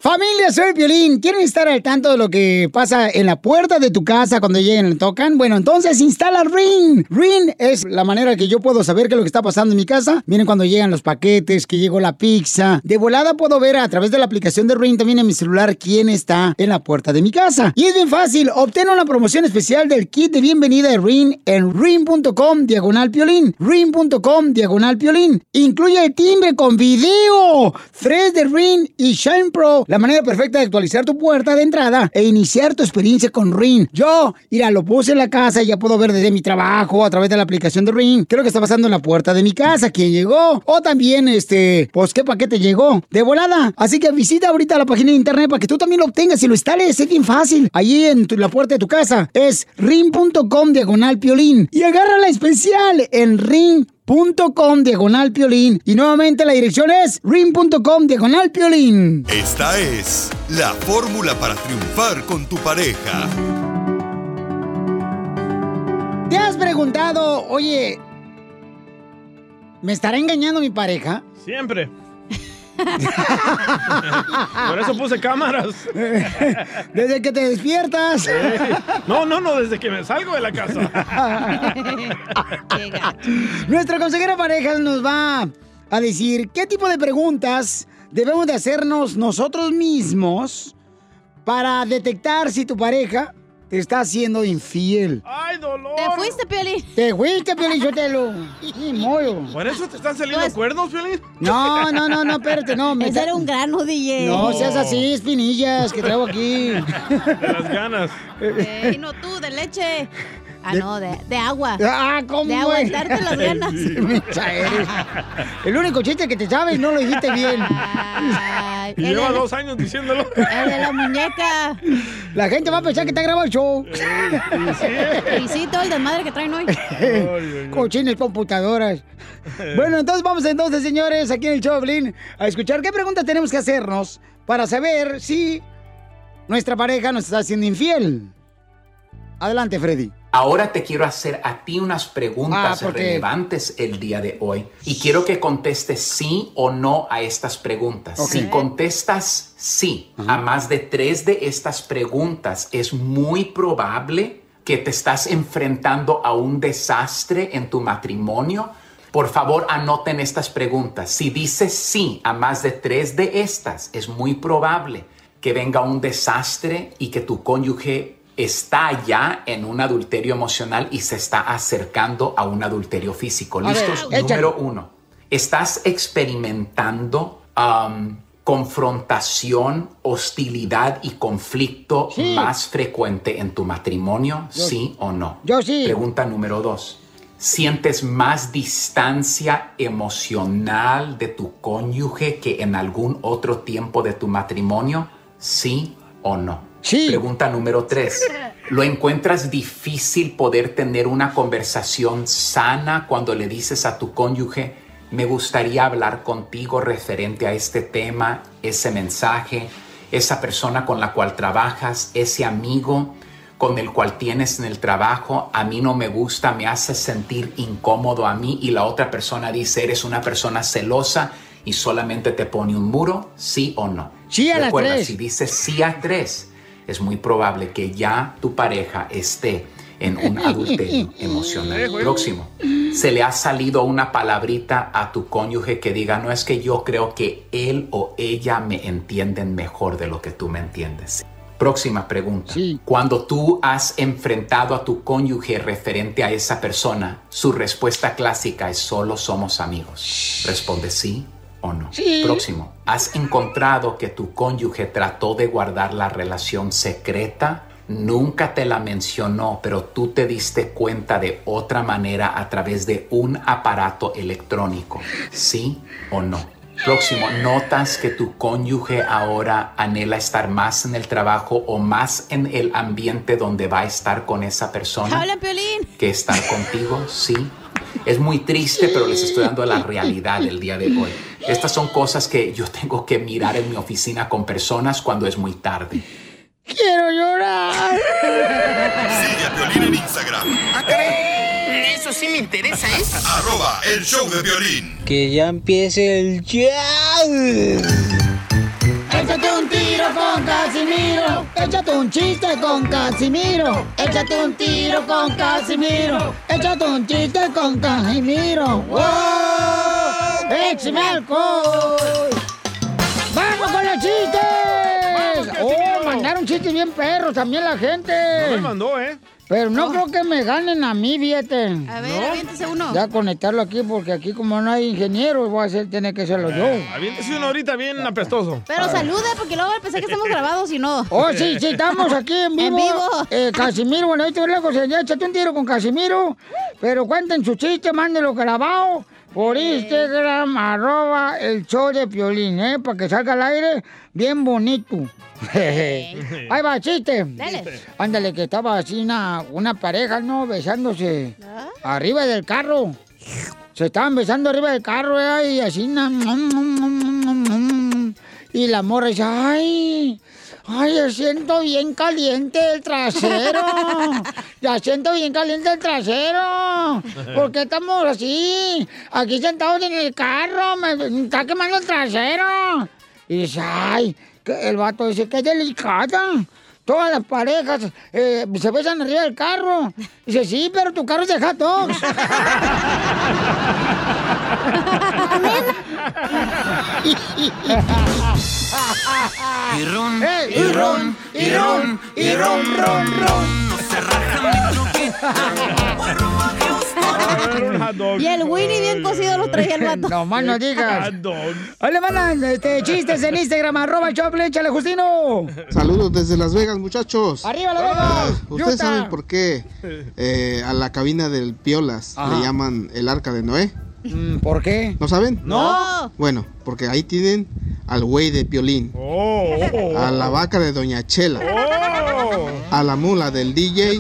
S1: Familia, soy Piolín. ¿Quieren estar al tanto de lo que pasa en la puerta de tu casa cuando lleguen y tocan? Bueno, entonces instala Ring. Ring es la manera que yo puedo saber qué es lo que está pasando en mi casa. Miren cuando llegan los paquetes, que llegó la pizza. De volada puedo ver a través de la aplicación de Ring también en mi celular quién está en la puerta de mi casa. Y es bien fácil. Obtén una promoción especial del kit de bienvenida de Ring en ring.com diagonal piolín. Ring.com diagonal piolín. Incluye el timbre con video. 3 de Ring y Shine Pro. La manera perfecta de actualizar tu puerta de entrada e iniciar tu experiencia con Ring. Yo, mira, lo puse en la casa y ya puedo ver desde mi trabajo a través de la aplicación de Ring. Creo que está pasando en la puerta de mi casa. ¿Quién llegó? O también, este, pues qué paquete llegó. De volada. Así que visita ahorita la página de internet para que tú también lo obtengas y lo instales. Es bien fácil. Allí en tu- la puerta de tu casa. Es ring.com diagonal piolín. Y agarra la especial en ring.com diagonal piolín y nuevamente la dirección es ring.com diagonal piolín
S4: Esta es la fórmula para triunfar con tu pareja.
S1: ¿Te has preguntado, oye, ¿me estará engañando mi pareja?
S2: Siempre. Por eso puse cámaras.
S1: Desde que te despiertas.
S2: No, no, no, desde que me salgo de la casa.
S1: Nuestra consejera parejas nos va a decir qué tipo de preguntas debemos de hacernos nosotros mismos para detectar si tu pareja te está haciendo infiel.
S2: ¡Ay, dolor!
S7: Te fuiste, Piolín.
S1: Te fuiste, Piolín Sotelo. Ni modo.
S2: ¿Por eso te están saliendo cuernos, Piolín?
S1: No, no, no, no, espérate, no.
S2: Ese
S1: Pues- era un grano, DJ. No, seas así, espinillas, que traigo aquí. Eh,
S2: De las ganas.
S7: Ey, no tú, de leche. Ah,
S1: De-
S7: no, de, de agua.
S1: Ah, ¿cómo
S7: De
S1: es?
S7: aguantarte las ganas.
S1: Sí, mucha eres. El único chiste que te sabes no lo dijiste bien.
S2: Y lleva dos años diciéndolo.
S1: El de la muñeca. La gente va a pensar que te ha grabado el show.
S2: Eh,
S7: Y sí, todo el desmadre que traen hoy.
S1: Cochines, computadoras. Bueno, entonces vamos entonces, señores, aquí en el show, de Blin, a escuchar qué preguntas tenemos que hacernos para saber si nuestra pareja nos está haciendo infiel. Adelante, Freddy.
S20: Ahora te quiero hacer a ti unas preguntas
S1: Ah, porque-
S20: relevantes el día de hoy y quiero que contestes sí o no a estas preguntas.
S21: Ok.
S20: Si contestas sí a más de tres de estas preguntas, es muy probable que te estás enfrentando a un desastre en tu matrimonio, por favor anoten estas preguntas. Si dices sí a más de tres de estas, es muy probable que venga un desastre y que tu cónyuge está ya en un adulterio emocional y se está acercando a un adulterio físico.
S3: A ver,
S20: ¿Listos?
S3: échale.
S20: Número uno, estás experimentando um, confrontación, hostilidad y conflicto
S1: Sí.
S20: más frecuente en tu matrimonio,
S1: Yo-
S20: sí o no.
S1: Yo sí.
S20: Pregunta número dos. ¿Sientes más distancia emocional de tu cónyuge que en algún otro tiempo de tu matrimonio? ¿Sí o no?
S1: Sí.
S20: Pregunta número tres. ¿Lo encuentras difícil poder tener una conversación sana cuando le dices a tu cónyuge, me gustaría hablar contigo referente a este tema, ese mensaje, esa persona con la cual trabajas, ese amigo? con el cual tienes en el trabajo, a mí no me gusta, me hace sentir incómodo a mí y la otra persona dice, eres una persona celosa y solamente te pone un muro, sí o no.
S1: Sí a las
S20: Recuerda,
S1: tres.
S20: si dices sí a tres, es muy probable que ya tu pareja esté en un adulterio emocional. Próximo. Se le ha salido una palabrita a tu cónyuge que diga, no es que yo creo que él o ella me entienden mejor de lo que tú me entiendes. Próxima pregunta. Cuando tú has enfrentado a tu cónyuge referente a esa persona, su respuesta clásica es solo somos amigos. Responde sí o no.
S3: Sí.
S20: Próximo. ¿Has encontrado que tu cónyuge trató de guardar la relación secreta? Nunca te la mencionó, pero tú te diste cuenta de otra manera a través de un aparato electrónico. ¿Sí o no? Próximo, ¿notas que tu cónyuge ahora anhela estar más en el trabajo o más en el ambiente donde va a estar con esa persona
S7: Habla, Piolín.
S20: que estar contigo? Sí. Es muy triste, pero les estoy dando la realidad del día de hoy. Estas son cosas que yo tengo que mirar en mi oficina con personas cuando es muy tarde.
S1: Quiero llorar.
S4: Sigue a Piolín en Instagram.
S3: Ah, Eso sí me interesa, ¿eh?
S4: Arroba el show de violín.
S22: Que ya empiece el
S1: Échate un tiro con Casimiro. Échate un chiste con Casimiro. Échate un tiro con Casimiro. Échate un chiste con Casimiro. ¡Wow! ¡Échame alcohol! ¡Vamos con los chistes! ¡Oh, mandaron chistes bien perros también la gente! No me mandó, ¿eh? Pero no creo que me ganen a mí, fíjate.
S7: Oh. A ver, aviéntese uno.
S1: Ya conectarlo aquí, porque aquí como no hay ingeniero, voy a hacer, tener que hacerlo yo.
S2: Aviéntese una ahorita bien apestoso.
S7: Pero saluda, porque luego va a pensar que estamos grabados y no.
S1: Oh, sí, sí, estamos aquí en vivo.
S7: En vivo.
S1: Eh, Casimiro, bueno, esto es lejos. eh, Ya échate un tiro con Casimiro. Pero cuenten su chiste, mándenlo grabado por Instagram, arroba el show de Piolín, ¿eh? Para que salga al aire bien bonito. Ahí va, chiste.
S3: Dale.
S1: Ándale, que estaba así una, una pareja, ¿no? Besándose arriba del carro. Se estaban besando arriba del carro, ¿eh? Y así, na- nom, nom, nom, nom, nom, nom. Y la morra dice, ¡ay! ¡Ay, yo siento bien caliente el trasero! ¡Ya siento bien caliente el trasero! ¿Por qué estamos así? Aquí sentados en el carro, me está quemando el trasero. Y dice, ¡ay! que- El vato dice, ¡qué delicada! Todas las parejas eh, se besan arriba del carro. Dice, sí, pero tu carro es de hot dogs".
S3: Y ron,
S1: y ron,
S3: y ron, y ron, ron, ron. No se raja mi troqueta.
S7: Y el Winnie bien cocido lo traía el vato.
S1: No más no digas. Ahí le mandan este, chistes en Instagram, arroba el Choplin, chale Justino.
S16: Saludos desde Las Vegas, muchachos. Ah,
S1: ¡Arriba la
S16: Ustedes
S1: Utah.
S16: saben por qué eh, a la cabina del Piolas
S1: Ajá.
S16: le llaman el arca de Noé.
S1: Mm, ¿Por qué?
S16: ¿No saben?
S1: No.
S16: Bueno, porque ahí tienen al güey de Piolín,
S1: Oh.
S16: a la vaca de Doña Chela, a la mula del DJ,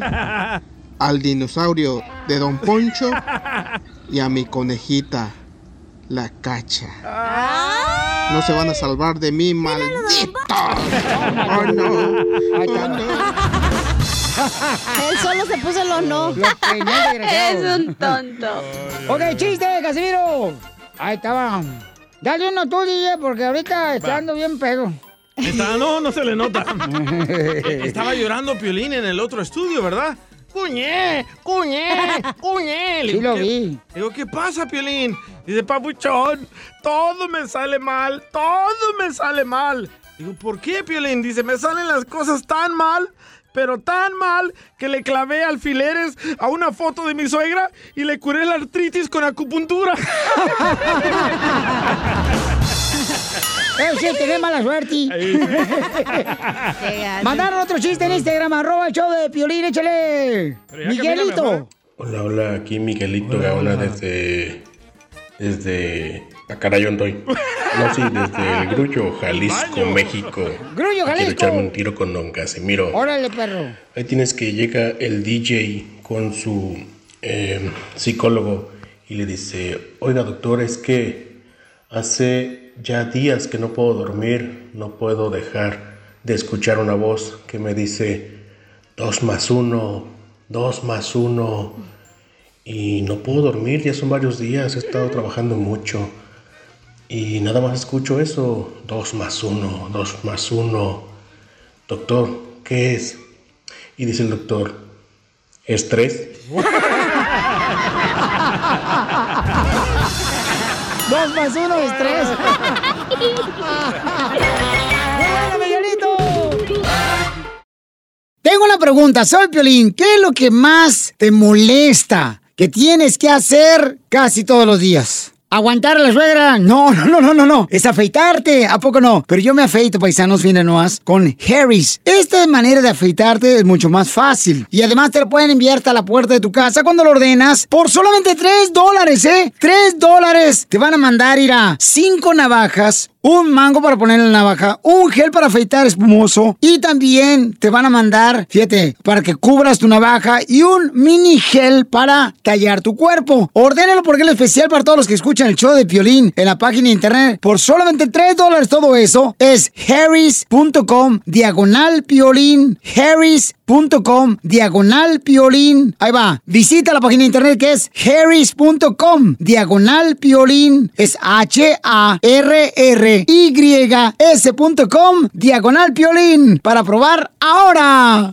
S16: al dinosaurio de Don Poncho y a mi conejita, la cacha. No se van a salvar de mí, maldito. Oh, no.
S7: Él solo se puso los no.
S1: Es un
S7: tonto.
S1: Ok, chiste, Casimiro. Ahí estaba. Dale uno tú, DJ, porque ahorita está
S2: Va.
S1: dando bien pedo.
S2: Está- no, no se le nota. Estaba llorando Piolín en el otro estudio, ¿verdad? ¡Cuñé! ¡Cuñé! ¡Cuñé! Le
S1: Sí
S2: digo,
S1: lo
S2: "¿Qué-
S1: vi.
S2: le Digo, ¿qué pasa, Piolín? Dice, papuchón, todo me sale mal, todo me sale mal. Digo, ¿por qué, Piolín? Dice, me salen las cosas tan mal, pero tan mal, que le clavé alfileres a una foto de mi suegra y le curé la artritis con acupuntura.
S1: Eh, sí, tenés mala suerte. Mandaron otro chiste en Instagram, arroba el show de Piolín, échale. Miguelito.
S22: Hola, hola, aquí Miguelito Gaona desde. Desde. Acarayo Andoy. No, sí, desde el Grullo, Jalisco, México.
S1: Grullo,
S22: Quiero echarme
S1: Jalisco.
S22: un tiro con Don Casimiro.
S1: Órale, perro.
S22: Ahí tienes que llega el DJ con su eh, psicólogo y le dice, oiga doctor, es que hace ya días que no puedo dormir, no puedo dejar de escuchar una voz que me dice, dos más uno, dos más uno, y no puedo dormir, ya son varios días, he estado trabajando mucho, y nada más escucho eso, dos más uno, dos más uno, doctor, ¿qué es? Y dice el doctor, estrés.
S1: Dos más uno es tres. ¡Bueno, Miguelito! Tengo una pregunta, soy Piolín. ¿Qué es lo que más te molesta que tienes que hacer casi todos los días? ¿Aguantar a la suegra? No, no, no, no, no, no. Es afeitarte. ¿A poco no? Pero yo me afeito, paisanos, bien noas, con Harry's. Esta manera de afeitarte es mucho más fácil. Y además te lo pueden enviar hasta la puerta de tu casa cuando lo ordenas por solamente 3 dólares, ¿eh? 3 dólares. Te van a mandar ir a 5 navajas, un mango para poner en la navaja, un gel para afeitar espumoso y también te van a mandar, fíjate, para que cubras tu navaja y un mini gel para tallar tu cuerpo. Ordénalo porque es especial para todos los que escuchan el show de Piolín en la página de internet por solamente 3 dólares todo eso. Es harris.com diagonal piolín, harris.com diagonal piolín. Ahí va, visita la página de internet que es harris.com diagonal piolín. Es H-A-R-R-Y-S.com diagonal piolín para probar ahora.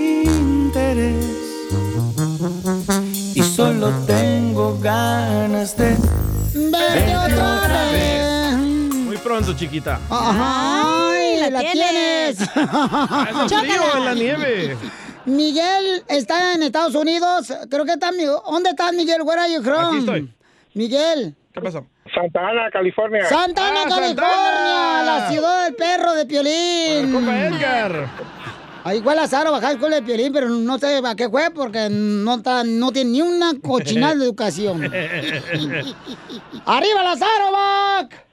S3: interés y solo tengo ganas de
S1: verte otra
S2: Muy pronto, chiquita.
S3: Ah,
S1: ¡Ay, la, tienes!
S2: Hace frío en la nieve.
S1: Miguel está en Estados Unidos. Creo que está... mi- ¿Dónde estás, Miguel? Where are you from?
S23: Aquí estoy.
S1: Miguel.
S2: ¿Qué pasó?
S23: Santa Ana, California.
S1: Santa Ana, California, la ciudad del perro de Piolín.
S2: Edgar.
S1: Ah, igual Azaro bajó a la escuela de Piolín, pero no sé a qué fue porque no, está- no tiene ni una cochinada de educación. ¡Arriba la Zarovac!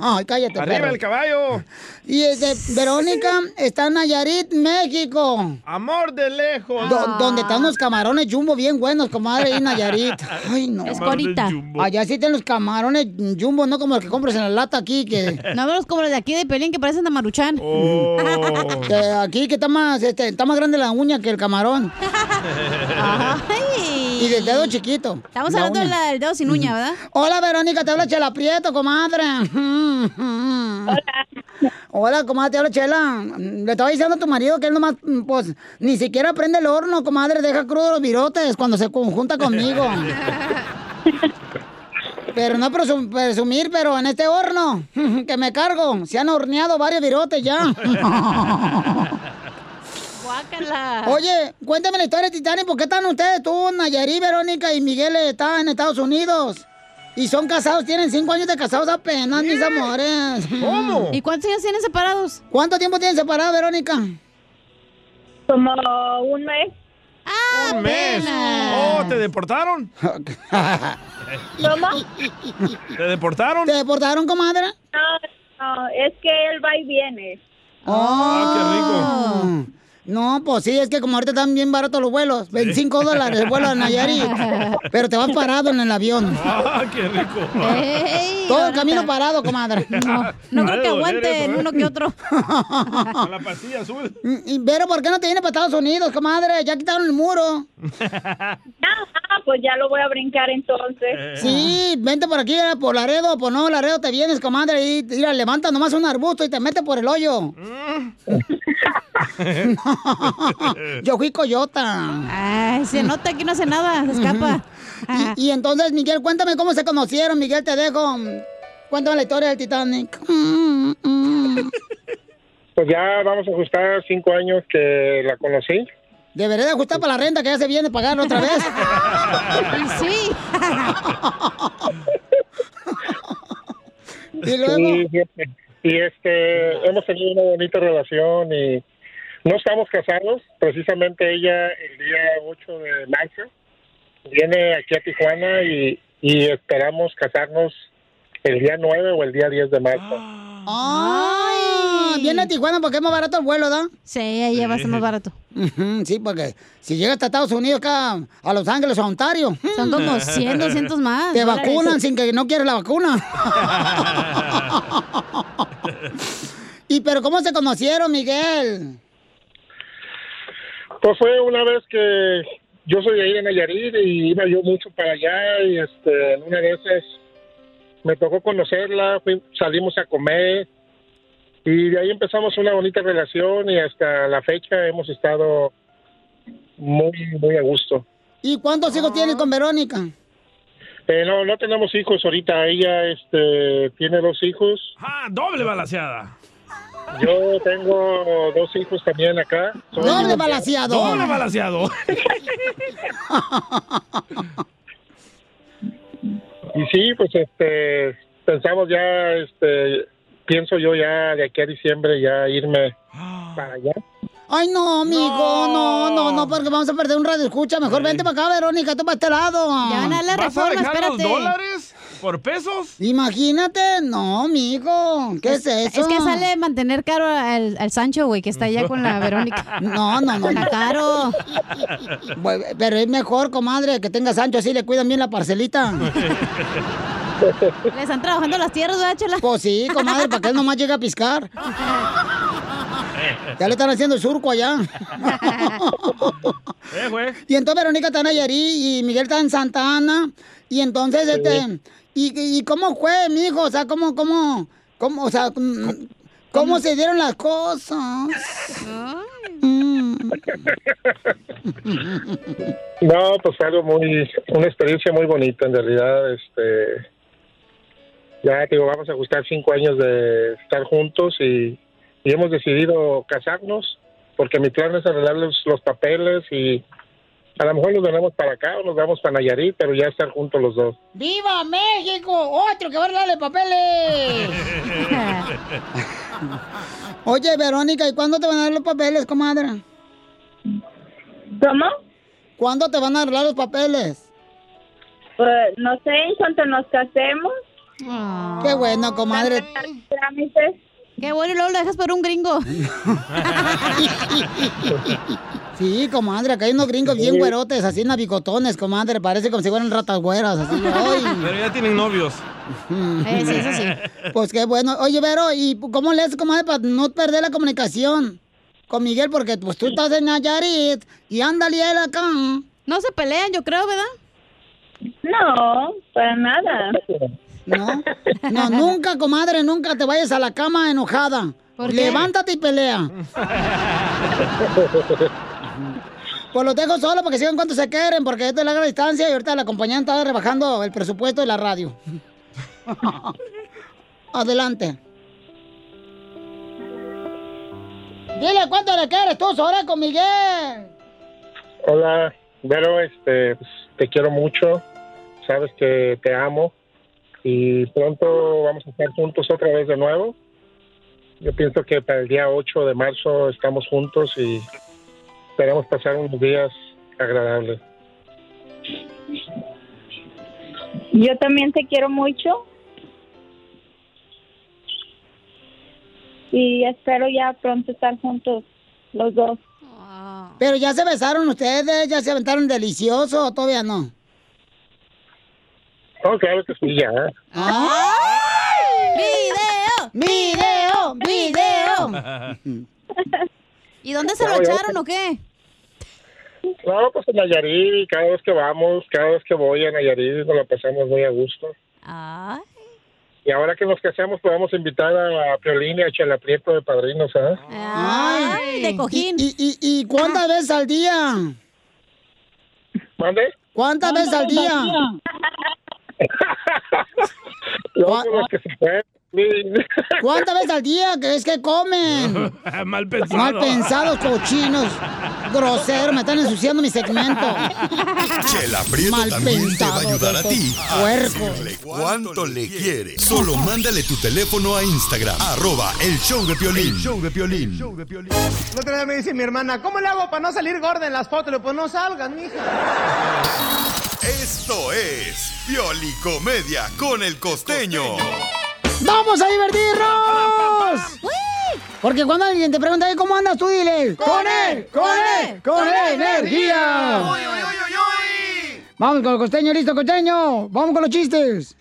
S1: Ay, cállate,
S2: Arriba el caballo.
S1: Y es de Verónica está en Nayarit, México.
S2: Amor de lejos.
S1: Do- Donde están los camarones jumbo bien buenos, comadre, ahí en Nayarit. Ay, no.
S2: Es corita. Jumbo.
S1: Allá sí tienen los camarones jumbo, no como los que compras en la lata aquí. Que...
S7: No los como los de aquí de Pelín que parecen de Maruchan.
S2: Oh.
S1: Que aquí que está más, este, está más grande la uña que el camarón. Y del dedo chiquito.
S7: Estamos hablando de la del dedo sin uña, ¿verdad?
S1: Hola, Verónica, te habla Chela Prieto, comadre. Hola. Hola, comadre, te habla Chela. Le estaba diciendo a tu marido que él nomás, mm, pues, ni siquiera prende el horno, comadre. Deja crudo los virotes cuando se conjunta conmigo. Pero no presum- presumir, pero en este horno que me cargo, se han horneado varios virotes ya. Ah. Oye, cuéntame la historia de Titanic. ¿Por qué están ustedes, tú, Nayarit, Verónica y Miguel, eh, están en Estados Unidos? Y son casados, tienen cinco años de casados apenas, mis amores.
S7: ¿Cómo?
S1: ¿Eh? ¿Y cuántos años tienen separados? ¿Cuánto tiempo tienen separados, Verónica? Como un mes. Ah,
S2: Un mes. Oh, ¿te deportaron?
S12: ¿Cómo?
S2: ¿Te deportaron?
S1: ¿Te deportaron, comadre?
S12: No, no, es que él va y viene.
S1: Oh,
S2: qué rico.
S1: No, pues sí, es que como ahorita están bien baratos los vuelos, 25 dólares el vuelo a Nayarit, pero te vas parado en el avión.
S3: ¡Ah, qué rico!
S1: Eh. Todo el camino parado, comadre. No,
S7: no creo que aguanten
S1: ¿eh?
S7: uno que otro.
S2: Con la pastilla azul.
S1: Mm, Y- Pero, ¿por qué no te vienes para Estados Unidos, comadre? Ya quitaron el muro.
S12: Ah, pues ya lo voy a brincar
S18: Eh.
S12: entonces.
S1: Sí, vente por aquí, eh, por Laredo, por no Laredo te vienes, comadre, y mira, levanta nomás un arbusto y te mete por el hoyo.
S3: Mm.
S1: Yo fui coyota. Ay,
S7: se nota
S1: que no hace nada, se escapa. Ah. y, y entonces, Miguel, cuéntame cómo se conocieron, Miguel, te dejo. Cuéntame la historia del Titanic. Mm, mm.
S23: Pues ya vamos a ajustar cinco años que la conocí.
S1: Deberé de ajustar para la renta que ya se viene a pagar otra vez. sí. ¿Y luego?
S23: Sí, fíjate. y este, hemos tenido una bonita relación y no estamos casados. Precisamente ella el día 8 de marzo viene aquí a Tijuana y, y esperamos casarnos el día 9 o el día 10 de marzo.
S1: Ah. ¡Ay! Viene a Tijuana porque es más barato el vuelo, ¿da? Sí, ahí
S7: va a ser más barato.
S1: Sí, porque si llegas a Estados Unidos, acá a Los Ángeles o a Ontario.
S7: Son como 100, 200 más,
S1: Te
S7: dólares.
S1: vacunan sin que no quieras la vacuna. ¿Y pero cómo se conocieron, Miguel?
S23: Pues fue una vez que yo soy de ahí de Nayarit y iba yo mucho para allá y este, en una de esas me tocó conocerla, fui- salimos a comer y de ahí empezamos una bonita relación y hasta la fecha hemos estado muy, muy a gusto.
S1: ¿Y cuántos
S2: Ah.
S1: hijos tienes con Verónica?
S23: Eh, no, no tenemos hijos ahorita, ella este, tiene dos hijos,
S2: ¡Ah, doble balaseada!
S23: yo tengo dos hijos también acá. Soy
S1: Doble
S23: divorciado.
S1: balaseado.
S2: ¡Doble balaseado!
S23: Y sí, pues este pensamos ya, este, pienso yo ya de aquí a diciembre ya irme
S2: Ah.
S23: para allá.
S1: Ay, no, amigo, no, no, no, porque vamos a perder un radio escucha. Mejor vente para acá, Verónica, tú para este lado. Ya
S2: van a la ¿Vas a reforma, dejar los espérate. dólares ¿Por pesos?
S1: Imagínate, no, amigo. ¿Qué es, eso?
S7: Es que sale de mantener caro al, al Sancho, güey, que está allá con la Verónica.
S1: No, no, no.
S7: Está caro.
S1: Bueno, Pero es mejor, comadre, que tenga Sancho así, le cuidan bien la parcelita.
S7: Le están trabajando las tierras, ¿verdad, Chela?
S1: Pues sí, comadre, para que él nomás llegue a piscar. Ya le están haciendo el surco allá.
S2: Eh,
S1: y entonces Verónica está en Nayarit y Miguel está en Santa Ana. Y entonces, este, ¿y, y cómo fue, mijo? O sea, ¿cómo, cómo, cómo, o sea, mm, ¿cómo, se dieron las cosas? Mm.
S23: No, pues fue algo muy, una experiencia muy bonita en realidad, este, ya te digo, vamos a ajustar cinco años de estar juntos y, y hemos decidido casarnos porque mi plan es arreglar los, los papeles y a lo mejor nos venimos para acá o nos vamos para Nayarit, pero ya estar juntos los dos.
S1: ¡Viva México! ¡Otro que va a darle papeles! Oye, Verónica, ¿y cuándo te van a dar los papeles, comadre?
S12: ¿Cómo?
S1: ¿Cuándo te van a arreglar los papeles?
S12: Pues, no sé, en cuanto nos casemos.
S1: Qué bueno, comadre.
S7: Qué bueno, y luego lo dejas por un gringo.
S1: Sí, comadre, acá hay unos gringos bien güerotes, así navicotones, comadre. Parece como si fueran ratas güeras, así. ¡Ay!
S2: Pero ya tienen novios.
S1: Eh, sí, eso sí. Pues qué bueno. Oye, Vero, ¿y cómo le haces, comadre, para no perder la comunicación con Miguel? Porque pues tú estás en Nayarit y ándale él acá. ¿eh?
S7: No se pelean, yo creo, ¿verdad?
S12: No, pues, para nada.
S1: No, no, nunca, comadre, nunca te vayas a la cama enojada.
S7: ¿Por qué?
S1: Levántate y pelea. Pues los dejo solo porque sigan cuanto se quieren, porque esto es larga distancia y ahorita la compañía está rebajando el presupuesto de la radio. Adelante. Dile cuánto le quieres tú, Sora, con Miguel.
S23: Hola, Vero, este, pues, te quiero mucho, sabes que te amo y pronto vamos a estar juntos otra vez de nuevo. Yo pienso que para el día 8 de marzo estamos juntos y esperamos pasar unos días agradables.
S12: Yo también te quiero mucho. Y espero ya pronto estar juntos los dos.
S1: Pero ya se besaron ustedes, ya se aventaron delicioso, ¿o todavía no.
S23: No, claro que sí, ya.
S7: ¡Video! ¡Video! ¡Video! ¿Y dónde se lo
S23: No, yo-
S7: echaron o qué?
S23: No, pues en Nayarit, y cada vez que vamos, cada vez que voy a Nayarit, nos la pasamos muy a gusto. Y ahora que nos casamos, podemos invitar a Piolín y a Chela Prieto de padrinos, ¿ah?
S1: ¡Ay! ¡De cojín! Ah. ¿Y, y, y, y cuántas veces al día?
S23: ¿Mande?
S1: ¿Cuántas veces al día?
S23: Luego con los que se fue, Piolín.
S1: ¿Cuántas veces al día crees que comen?
S2: Mal pensado.
S1: Mal pensados, cochinos, groseros, me están ensuciando mi segmento.
S4: Chela Prieto
S1: Mal
S4: también te va a
S1: pensado,
S4: ayudar a
S1: doctor.
S4: ti a decirle cuánto le quiere. Solo mándale tu teléfono a Instagram, arroba el show de Piolín. show de Piolín.
S24: La otra vez me dice mi hermana, ¿cómo le hago para no salir gorda en las fotos? Le digo, pues no salgas, mija.
S4: Esto es Pioli Comedia con el costeño.
S1: ¡Vamos a divertirnos! Porque cuando alguien te pregunta, "Ey, ¿cómo andas tú? Dile, ¡con él! ¡Con él! ¡Con energía! Vamos con el costeño, listo, costeño. Vamos con los chistes.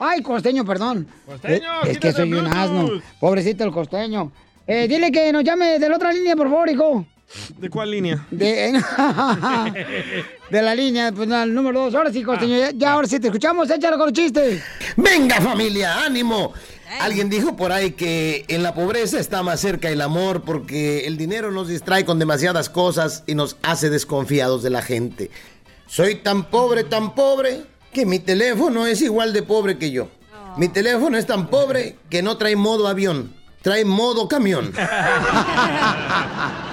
S1: Ay, costeño, perdón.
S3: Costeño,
S1: Eh, es que
S3: quítate
S1: soy
S3: el
S1: un asno.
S3: Bluetooth.
S1: Pobrecito el costeño. Eh, dile que nos llame de la otra línea, por favor, hijo.
S2: ¿De cuál línea?
S1: De, eh, de la línea, pues al número dos. Ahora sí, costeño, ya, ya, ahora sí te escuchamos. Échalo con los chistes.
S13: Venga familia, ánimo. Alguien dijo por ahí que en la pobreza está más cerca el amor porque el dinero nos distrae con demasiadas cosas y nos hace desconfiados de la gente. Soy tan pobre, tan pobre, que mi teléfono es igual de pobre que yo. Mi teléfono es tan pobre que no trae modo avión, trae modo camión.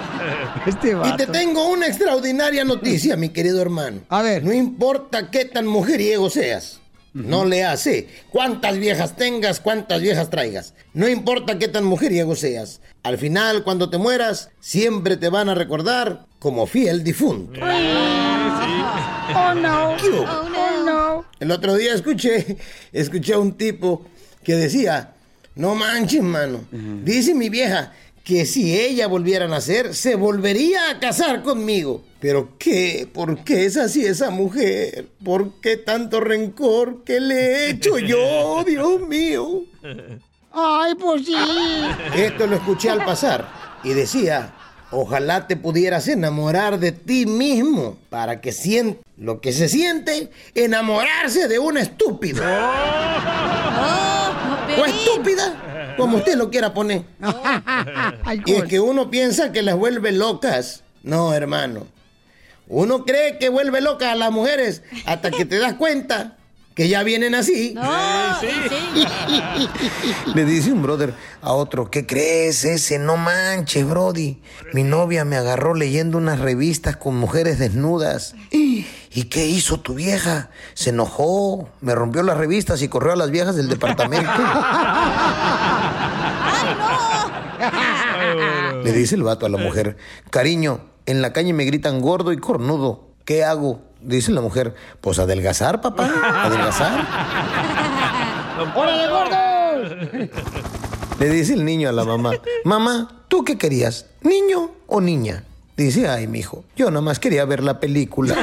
S13: Y te tengo una extraordinaria noticia, mi querido hermano. A ver. No importa qué tan mujeriego seas. No le hace. Cuántas viejas tengas, cuántas viejas traigas. No importa qué tan mujeriego seas. Al final, cuando te mueras, siempre te van a recordar como fiel difunto.
S1: Oh no.
S13: ¿Qué hubo?
S1: Oh no.
S13: El otro día escuché, escuché a un tipo que decía, no manches, mano. Dice mi vieja que si ella volviera a nacer, se volvería a casar conmigo. Pero qué, ¿por qué es así esa mujer? ¿Por qué tanto rencor? ¿Qué le he hecho yo, Dios mío?
S1: Ay, pues sí.
S13: Esto lo escuché al pasar y decía, ojalá te pudieras enamorar de ti mismo para que sientas lo que se siente enamorarse de un estúpido.
S3: Oh,
S13: o Oh, estúpida, como usted lo quiera poner. Y es que uno piensa que las vuelve locas. No, hermano. Uno cree que vuelve locas a las mujeres hasta que te das cuenta que ya vienen así. Le dice un brother a otro, ¿qué crees ese? No manches, Brody. Mi novia me agarró leyendo unas revistas con mujeres desnudas. ¿Y qué hizo tu vieja? Se enojó, me rompió las revistas y corrió a las viejas del departamento. Le dice el vato a la mujer, cariño, en la calle me gritan gordo y cornudo. ¿Qué hago? Dice la mujer, pues adelgazar, papá, adelgazar.
S1: ¡Órale, gordo!
S13: Le dice el niño a la mamá, mamá, ¿tú qué querías? ¿Niño o niña? Dice, ay, mijo, yo nomás quería ver la película.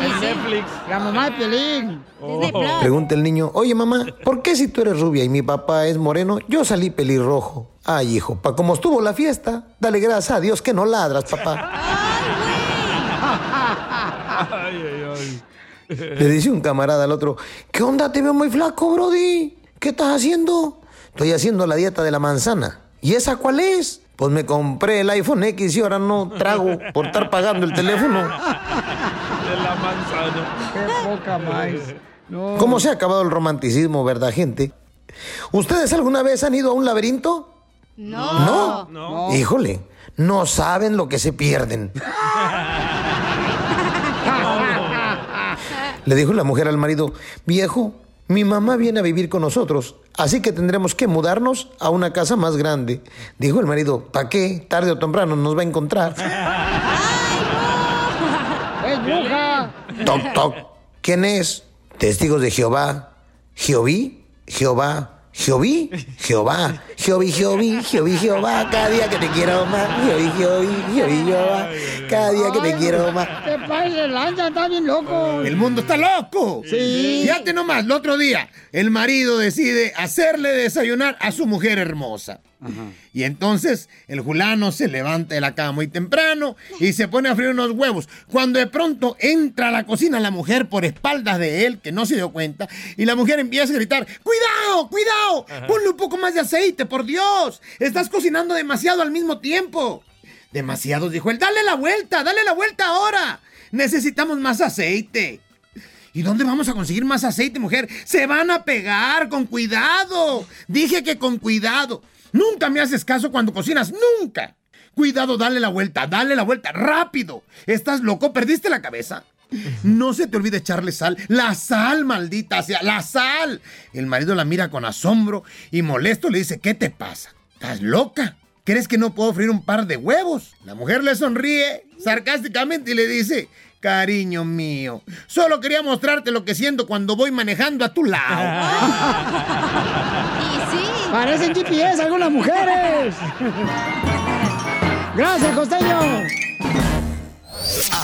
S2: En Netflix.
S1: La mamá de Piolín.
S13: Pregunta el niño, oye, mamá, ¿por qué si tú eres rubia y mi papá es moreno, yo salí pelirrojo? Ay, hijo, pa' como estuvo la fiesta, dale gracias a Dios que no ladras, papá.
S3: Ay, ay,
S13: Le dice un camarada al otro, ¿qué onda? Te veo muy flaco, Brody. ¿Qué estás haciendo? Estoy haciendo la dieta de la manzana. ¿Y esa cuál es? Pues me compré el iPhone X y ahora no trago por estar pagando el teléfono.
S2: De la manzana.
S1: Qué poca más.
S13: ¿Cómo se ha acabado el romanticismo, verdad, gente? ¿Ustedes alguna vez han ido a un laberinto? No.
S3: No.
S13: Híjole, no saben lo que se pierden. Le dijo la mujer al marido, viejo, mi mamá viene a vivir con nosotros, así que tendremos que mudarnos a una casa más grande. Dijo el marido, ¿para qué? Tarde o temprano nos va a encontrar.
S1: ¡Es bruja!
S13: Toc, toc. ¿Quién es? Testigos de Jehová. ¿Jehoví? Jehová.
S25: Jehoví, Jehová, Jehoví, Jehoví, Jehoví, Jehová, cada día que te quiero más, Jehoví, Jehoví, Jehoví, Jehová, cada día que te quiero más.
S1: Te pases, Este lanza, está bien loco.
S13: El mundo está loco.
S1: Sí.
S13: Fíjate nomás, el otro día, el marido decide hacerle desayunar a su mujer hermosa. Y entonces el julano se levanta de la cama muy temprano y se pone a freír unos huevos. Cuando de pronto entra a la cocina la mujer por espaldas de él, que no se dio cuenta, y la mujer empieza a gritar, ¡Cuidado, cuidado!
S2: Ajá.
S13: Ponle un poco más de aceite, por Dios. Estás cocinando demasiado al mismo tiempo. Demasiados, dijo él. Dale la vuelta, dale la vuelta ahora. Necesitamos más aceite. ¿Y dónde vamos a conseguir más aceite, mujer? Se van a pegar, con cuidado. Dije que con cuidado. Nunca me haces caso cuando cocinas, nunca. Cuidado, dale la vuelta, dale la vuelta, rápido. ¿Estás loco? ¿Perdiste la cabeza? No se te olvide echarle sal. La sal, maldita sea, la sal. El marido la mira con asombro y molesto le dice, ¿qué te pasa? ¿Estás loca? ¿Crees que no puedo freír un par de huevos? La mujer le sonríe sarcásticamente y le dice, cariño mío, solo quería mostrarte lo que siento cuando voy manejando a tu lado.
S1: Parecen GPS algunas mujeres. Gracias, costeño.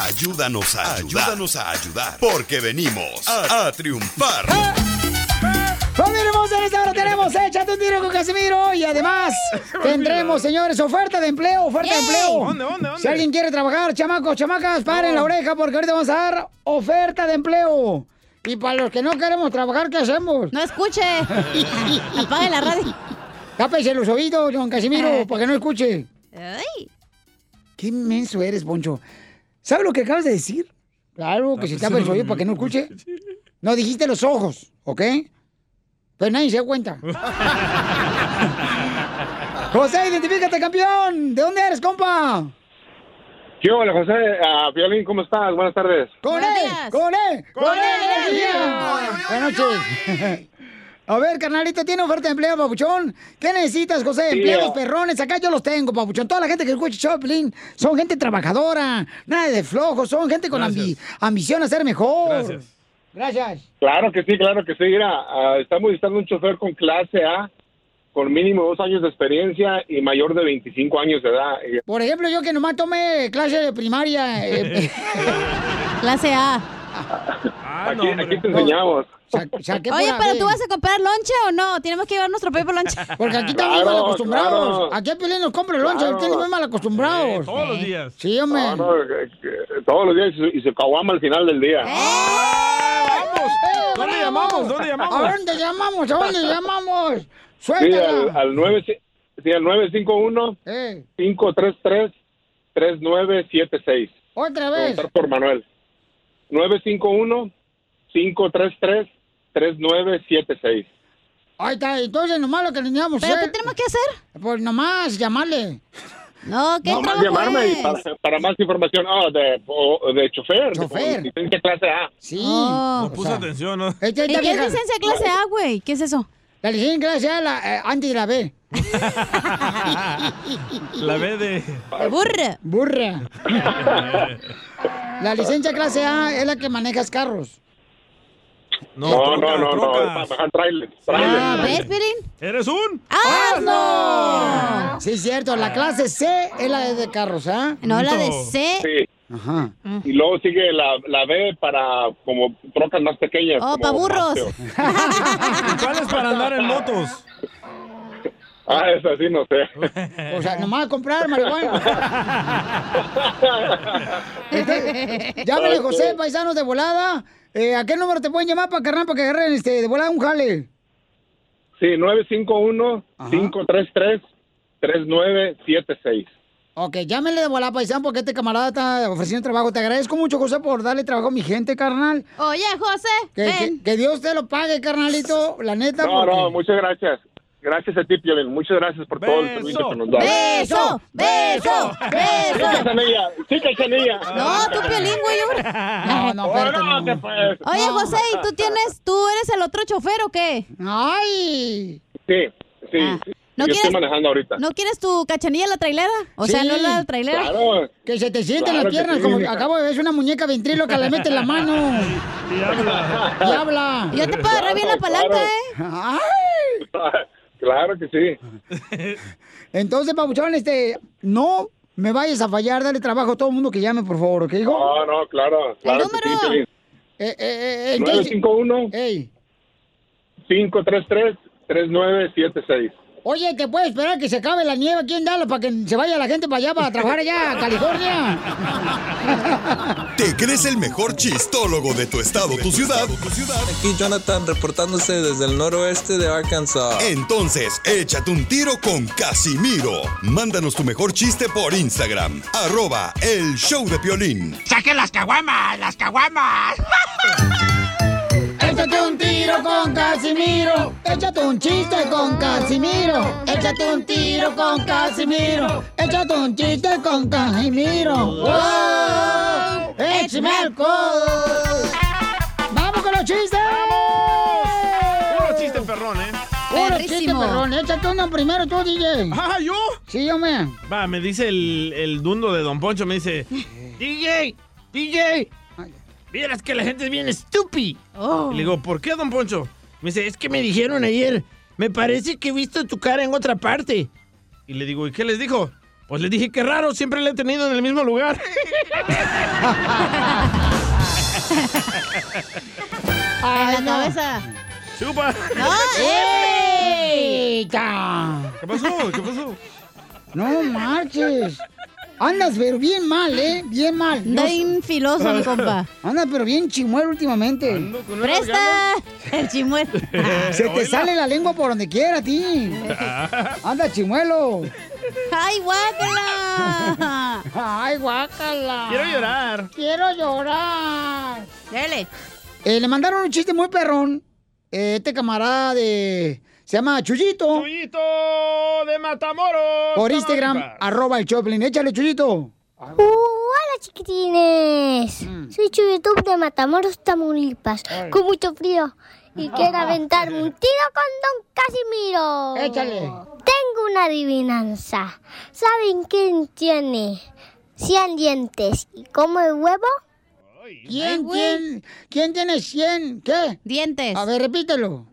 S4: Ayúdanos a ayudar. Ayúdanos a ayudar. Porque venimos a, a triunfar.
S1: Familia hermosa, en esta hora tenemos Échate un tiro con Casimiro y además tendremos, señores, oferta de empleo, oferta
S2: Yay.
S1: de empleo.
S2: ¿Dónde, dónde, dónde?
S1: Si alguien quiere trabajar, chamacos, chamacas, paren la oreja porque ahorita vamos a dar oferta de empleo. Y para los que no queremos trabajar, ¿qué hacemos?
S7: No escuche. Apague la radio. Eh.
S1: Tápese los oídos, don Casimiro, para que no escuche.
S7: Ay.
S1: Qué menso eres, Poncho. ¿Sabes lo que acabas de decir?
S3: Ah,
S1: Claro,
S3: pues
S1: que se tapa el oído para que Ah, pues no escuche. No dijiste los ojos, ¿ok? Pero nadie se da cuenta. José, identifícate, campeón. ¿De dónde eres, compa?
S26: ¿Qué hola, José? Ah, Violín, ¿cómo estás? Buenas tardes.
S1: ¡Con él! ¡Con él! ¡Con E, él! energía! Buenas noches. A ver, carnalito, ¿tiene oferta de empleo, papuchón? ¿Qué necesitas, José?
S26: Sí,
S1: Empleos
S26: eh.
S1: perrones, acá yo los tengo, papuchón. Toda la gente que escucha Choplin son gente trabajadora, nada de flojos, son gente con ambi- ambición a ser mejor. Gracias. Gracias.
S26: Claro que sí, claro que sí. Mira, ah, estamos buscando un chofer con clase A, con mínimo dos años de experiencia y mayor de 25 años de edad. Y-
S1: Por ejemplo, yo que nomás tomé clase de primaria. eh, clase A.
S26: aquí, aquí te enseñamos.
S7: Oye,
S1: pura
S7: pero
S1: B.
S7: tú vas a comprar lonche o no? Tenemos que llevar nuestro propio lonche.
S1: Porque aquí estamos
S26: Claro,
S1: mal acostumbrados.
S26: claro.
S1: Aquí a Piolín nos compra el lonche,
S26: Claro.
S1: ustedes muy mal acostumbrados.
S26: todos los
S1: días. Sí, hombre.
S26: No, no, que- que- todos los días y su- y se caguama al final del día.
S1: ¿Eh? ¿Dónde
S26: llamamos? ¿Dónde llamamos?
S1: ¿A dónde llamamos? ¿A dónde llamamos?
S26: Sí,
S1: Suéltala.
S26: al, al 9, sí, al 951
S1: Eh,
S26: 533 3976.
S1: otra vez.
S26: Preguntar por Manuel. 951 533 3976.
S1: Ahí está, entonces nomás lo que teníamos que hacer. ¿Pero qué tenemos que hacer? Pues nomás llamarle. No, ¿qué
S26: Nomás llamarme y para, para más información ah, de, o- de chofer,
S1: Chofer.
S26: con licencia clase A.
S1: Sí.
S7: Oh.
S26: puso
S3: atención, ¿no?
S1: Este,
S7: ¿Y
S1: esta
S7: qué es
S1: vieja-
S7: licencia clase A, güey? ¿Qué es eso?
S1: La licencia clase A la, eh, antes de la B.
S3: La B de...
S1: Burra. Burra. La licencia clase A es la que manejas carros.
S26: No, no, no,
S3: trocas,
S26: no,
S3: trocas.
S26: es para bajar trailer.
S1: Ah,
S26: trailer.
S3: ¿Eres un?
S1: ¡Asno! Sí, es cierto. La clase C es la de carros, ¿ah?
S26: Sí.
S3: Mm.
S26: Y luego sigue la, la B para como trocas más pequeñas.
S1: Oh,
S26: como
S1: pa' burros.
S26: patio.
S3: ¿Cuál es para andar en motos?
S26: Ah, esa sí, no sé.
S1: O sea, nomás a comprar marihuana. Entonces, llámale José, paisanos de volada. Eh, ¿A qué número te pueden llamar para carnal para que agarren este, de volada un jale?
S26: Sí, 951-533-3976.
S1: Ok, llámenle de volada, paisano, porque este camarada está ofreciendo trabajo. Te agradezco mucho, José, por darle trabajo a mi gente, carnal.
S7: Oye, José,
S1: Que,
S7: ven.
S1: que- que Dios te lo pague, carnalito. La neta,
S26: No,
S1: porque-
S26: no, muchas gracias. Gracias a ti, Piolín. Muchas gracias por todo el servicio que nos das.
S1: ¡Beso! ¡Beso!
S26: ¡Beso! ¡Sí, cachanilla! ¡Sí, cachanilla!
S7: No, tú piolín, güey. yo-
S1: No,
S26: Oh,
S1: no, espérate, no.
S7: Oye,
S1: No.
S7: José, ¿y tú tienes, tú eres el otro chofer o qué?
S1: ¡Ay!
S26: Sí, sí. sí.
S7: Ah. ¿no
S26: Yo
S7: quieres-
S26: estoy manejando ahorita.
S7: ¿No quieres tu cachanilla la trailera? O sea,
S1: Sí.
S7: no la trailera.
S26: Claro.
S1: Que se te sienten
S26: Claro
S1: las
S26: que
S1: piernas,
S26: sí,
S1: como
S26: mija.
S1: acabo de ver, es una muñeca ventríloca, le mete la mano.
S26: Y
S1: Y habla.
S7: Yo te puedo agarrar bien la palanca, ¿eh?
S1: ¡Ay!
S5: claro que sí.
S1: Entonces, Pabuchón, este, no me vayas a fallar, dale trabajo a todo el mundo que llame, por favor, ¿ok, hijo?
S26: Ah,
S5: No, no, claro. claro que sí, Piolín.
S1: Eh, eh, eh, entonces-
S5: 951 533 3976.
S1: Oye, ¿te puedes esperar que se acabe la nieve aquí en Dallas para que se vaya la gente para allá, para trabajar allá a California?
S4: ¿Te crees el mejor chistólogo de tu estado, tu ciudad?
S9: Aquí Jonathan reportándose desde el noroeste de Arkansas.
S4: Entonces, échate un tiro con Casimiro. Mándanos tu mejor chiste por Instagram. Arroba el show de Piolín.
S3: ¡Saque las caguamas! ¡Las caguamas!
S1: Échate un tiro con Casimiro. Échate un chiste con Casimiro. Échate un tiro con Casimiro. Oh, Échate un chiste con Casimiro. Oh, ¡Wow! ¡Échame alcohol! ¡Vamos con los chistes! ¡Vamos!
S2: Puro chiste perrón, ¿eh?
S1: ¡Puro chiste, perrón! Échate uno primero tú, DJ.
S2: ¿Ah, yo?
S1: Sí, hombre.
S2: Va, me dice el, el dundo de Don Poncho, me dice, DJ, DJ, vieras que la gente es bien estúpida.
S3: Oh.
S1: Oh.
S2: Y le digo, ¿por qué, Don Poncho? Me dice, es que me dijeron ayer, me parece que he visto tu cara en otra parte. Y le digo, ¿y qué les dijo? Pues les dije, qué raro, siempre la he tenido en el mismo lugar.
S1: Ay,
S7: en la
S1: no.
S7: cabeza.
S2: ¡Chupa!
S7: ¡No!
S1: ¡Ey!
S2: ¿Qué pasó? ¿Qué pasó?
S1: No marches. Andas, pero bien mal, ¿eh? Bien mal.
S7: Anda bien filoso, mi compa.
S1: Andas, pero bien chimuelo últimamente.
S7: ¡Presta! El chimuelo.
S1: Se te sale la lengua por donde quiera a ti.
S2: Ah.
S1: Anda, chimuelo.
S7: ¡Ay, guácala!
S1: ¡Ay, guácala!
S7: Quiero llorar.
S1: Quiero llorar.
S7: Dele.
S1: Eh, le mandaron un chiste muy perrón. Eh, este camarada de... Se llama Chuyito.
S2: ¡Chuyito de Matamoros!
S1: Por Instagram, arroba el Choplin. Échale, Chuyito.
S8: Uh, hola chiquitines. Soy Chuyito de Matamoros, Tamaulipas. Con mucho frío. Y quiero aventarme un tiro con Don Casimiro.
S1: Échale.
S8: Tengo una adivinanza. ¿Saben quién tiene 100 dientes y come huevo?
S1: ¿Quién, quién, quién tiene 100? ¿Qué?
S7: Dientes.
S1: A ver, repítelo.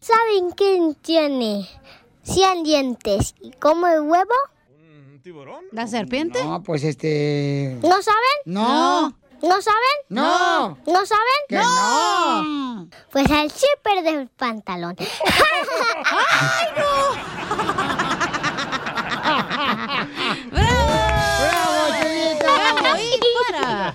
S8: ¿Saben quién tiene 100 dientes y come huevo?
S7: ¿La serpiente?
S1: No, pues este...
S8: ¿No saben?
S1: No.
S8: ¿No saben?
S1: No.
S8: ¿No saben?
S1: Que no.
S8: Pues al zipper del pantalón. ¡Ay,
S1: ¡Bravo, Chuyito!
S7: ¡Bravo, para!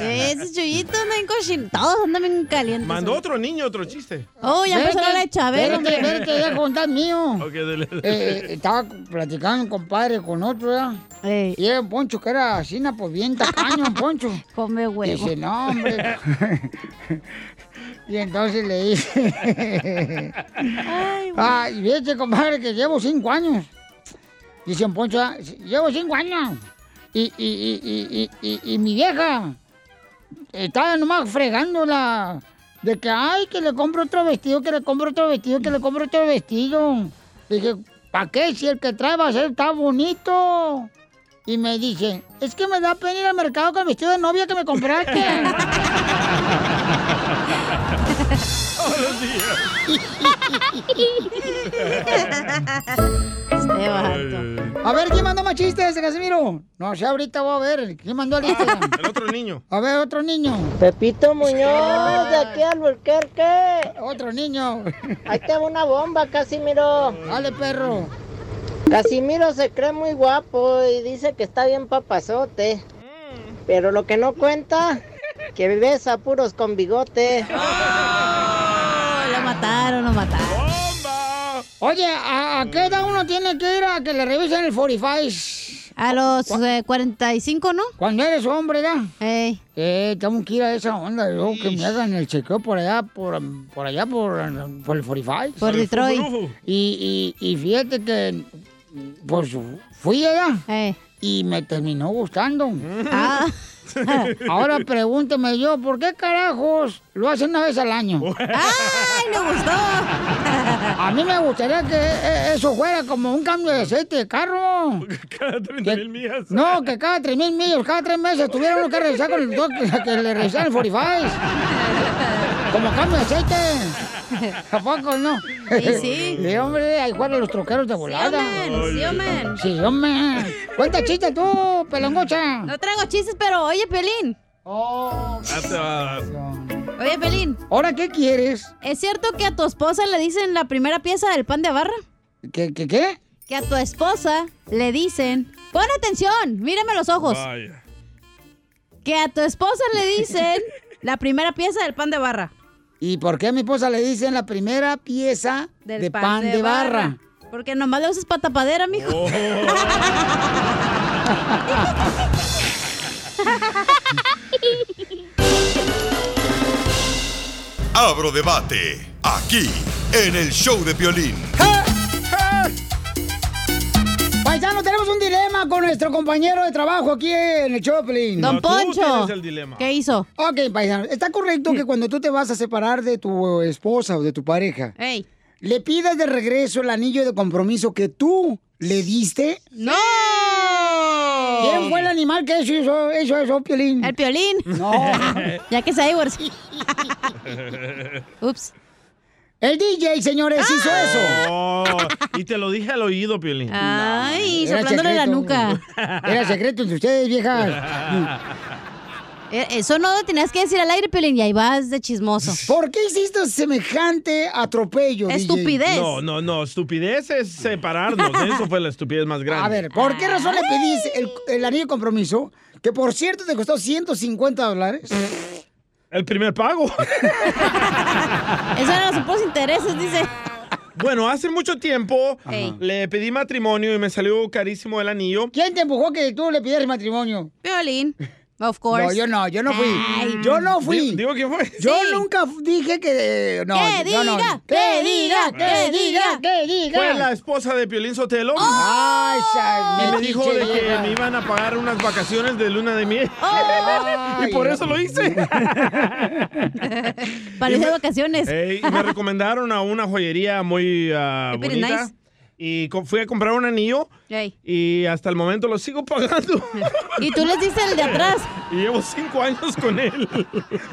S7: Ese chuyito anda bien cochin... Todos andan bien calientes.
S2: Mandó otro niño otro chiste.
S7: Oh, ya empezó la
S1: Vete,
S7: Chabelo,
S1: Vete,
S7: hombre.
S1: vete, ya contás mío.
S2: Ok, dale.
S1: Eh, eh, estaba platicando un compadre con otro, ¿verdad? Y era un poncho que era así, na, pues bien tacaño, un poncho.
S7: Come huevo.
S1: Dice, no, hombre. y entonces le dije, ay, vete, compadre, que llevo cinco años. Dice un poncho, "Ah, llevo cinco años. Y, y, y, y, y, y, y mi vieja estaba nomás fregándola. De que, ay, que le compro otro vestido, que le compro otro vestido, que le compro otro vestido. Le dije, ¿para qué? Si el que trae va a ser tan bonito. Y me dice, es que me da pena ir al mercado con el vestido de novia que me compraste. a ver, ¿quién mandó más chistes, Casimiro? No sé, ahorita voy a ver. ¿Quién mandó al Instagram?
S2: El otro niño.
S1: A ver, otro niño.
S21: Pepito Muñoz, de aquí al Burquerque.
S1: Otro niño.
S21: Ahí te va una bomba, Casimiro.
S1: Dale, perro.
S21: Casimiro se cree muy guapo y dice que está bien papazote. Pero lo que no cuenta, que vives a puros con bigote.
S7: Lo mataron, lo mataron.
S1: Oye, ¿a, a qué edad uno tiene que ir a que le revisen el 45?
S7: A los eh, 45, ¿no?
S1: Cuando eres hombre, ¿ya? Eh, tengo que ir a esa onda, yo, que me hagan el chequeo pues, por allá, por, por allá, por, por el 45.
S7: Por Detroit.
S1: Y, y, y fíjate que, pues, fui allá
S7: Eh.
S1: y me terminó gustando.
S7: Ah.
S1: Ahora pregúntame yo, ¿por qué carajos lo hacen una vez al año? ¡Ay,
S7: me gustó!
S1: A mí me gustaría que eh, eso fuera como un cambio de aceite de carro.
S2: Cada 30 mil millas.
S1: No, que cada 3 mil millas, cada 3 meses tuvieron que revisar con el doc, que le revisaran el 45. Como cambio de aceite. ¿A poco no?
S3: Sí, sí.
S1: Sí, hombre, ahí juegan los troqueros de volada.
S7: hombre, sí, hombre.
S1: Sí, hombre. Cuenta chiste tú, pelongocha.
S7: No traigo chistes, pero oye, Pelín. Oye, Pelín.
S1: Oh. ¿Ahora qué quieres?
S7: ¿Es cierto que a tu esposa le dicen la primera pieza del pan de barra?
S1: ¿Qué, qué, qué?
S7: Que a tu esposa le dicen... Pon atención, mírame los ojos. Que a tu esposa le dicen la primera pieza del pan de barra.
S1: ¿Y por qué a mi esposa le dicen la primera pieza
S7: Del
S1: de pan, de, barra?
S7: Porque nomás le usas para tapadera, mijo.
S4: Abro debate aquí en el show de violín.
S1: Paisano, tenemos un dilema con nuestro compañero de trabajo aquí en el Choplin.
S2: Don No, tú Poncho. tienes el dilema.
S1: ¿Qué
S7: hizo?
S1: Ok, paisano. ¿Está correcto que cuando tú te vas a separar de tu esposa o de tu pareja, le pidas de regreso el anillo de compromiso que tú le diste?
S7: ¡No!
S1: ¿Quién fue el animal que eso hizo, eso, eso, Piolín?
S7: El Piolín.
S1: No.
S7: ya que se divorció.
S1: Ups. El DJ, señores, hizo eso.
S2: Oh, y te lo dije al oído, Piolín.
S7: Ay,
S1: Era
S7: soplándole la
S1: secreto.
S7: nuca.
S1: Era secreto entre ustedes, viejas.
S7: Eh, Eso no lo tenías que decir al aire, Pelín, y ahí vas de chismoso.
S1: ¿Por qué hiciste semejante atropello?
S7: Estupidez.
S2: No, no, no. Estupidez es separarnos. Eso fue la estupidez más grande.
S1: A ver, ¿por qué razón le pedís el, el anillo de compromiso? Que por cierto te costó 150 dólares.
S2: El primer pago.
S7: Eso eran los supuestos intereses, dice.
S2: Bueno, hace mucho tiempo le pedí matrimonio y me salió carísimo el anillo.
S1: ¿Quién te empujó que tú le pidieras matrimonio?
S7: Piolín. Of course.
S1: No, yo no, yo no fui.
S7: Ay.
S1: Yo no fui.
S2: Digo, quién fue.
S1: Yo
S7: Sí.
S1: nunca f- dije que. eh, No,
S7: Que
S1: yo no.
S7: diga,
S1: que diga, que diga, que
S2: Fue la
S1: diga.
S2: esposa de Piolín Sotelo.
S1: Ay,
S2: y
S7: Oh.
S1: esa
S2: me dijo de que
S1: bichería.
S2: me iban a pagar unas vacaciones de luna de miel.
S7: Ay.
S2: y por eso lo hice.
S7: Para
S2: Y
S7: irse de
S2: me-
S7: vacaciones.
S2: Ey, y me recomendaron a una joyería muy ah,
S7: Very
S2: bonita.
S7: nice.
S2: Y co- fui a comprar un anillo
S7: Ey.
S2: y hasta el momento lo sigo pagando.
S7: Y tú les diste el de atrás.
S2: Y llevo cinco años con él.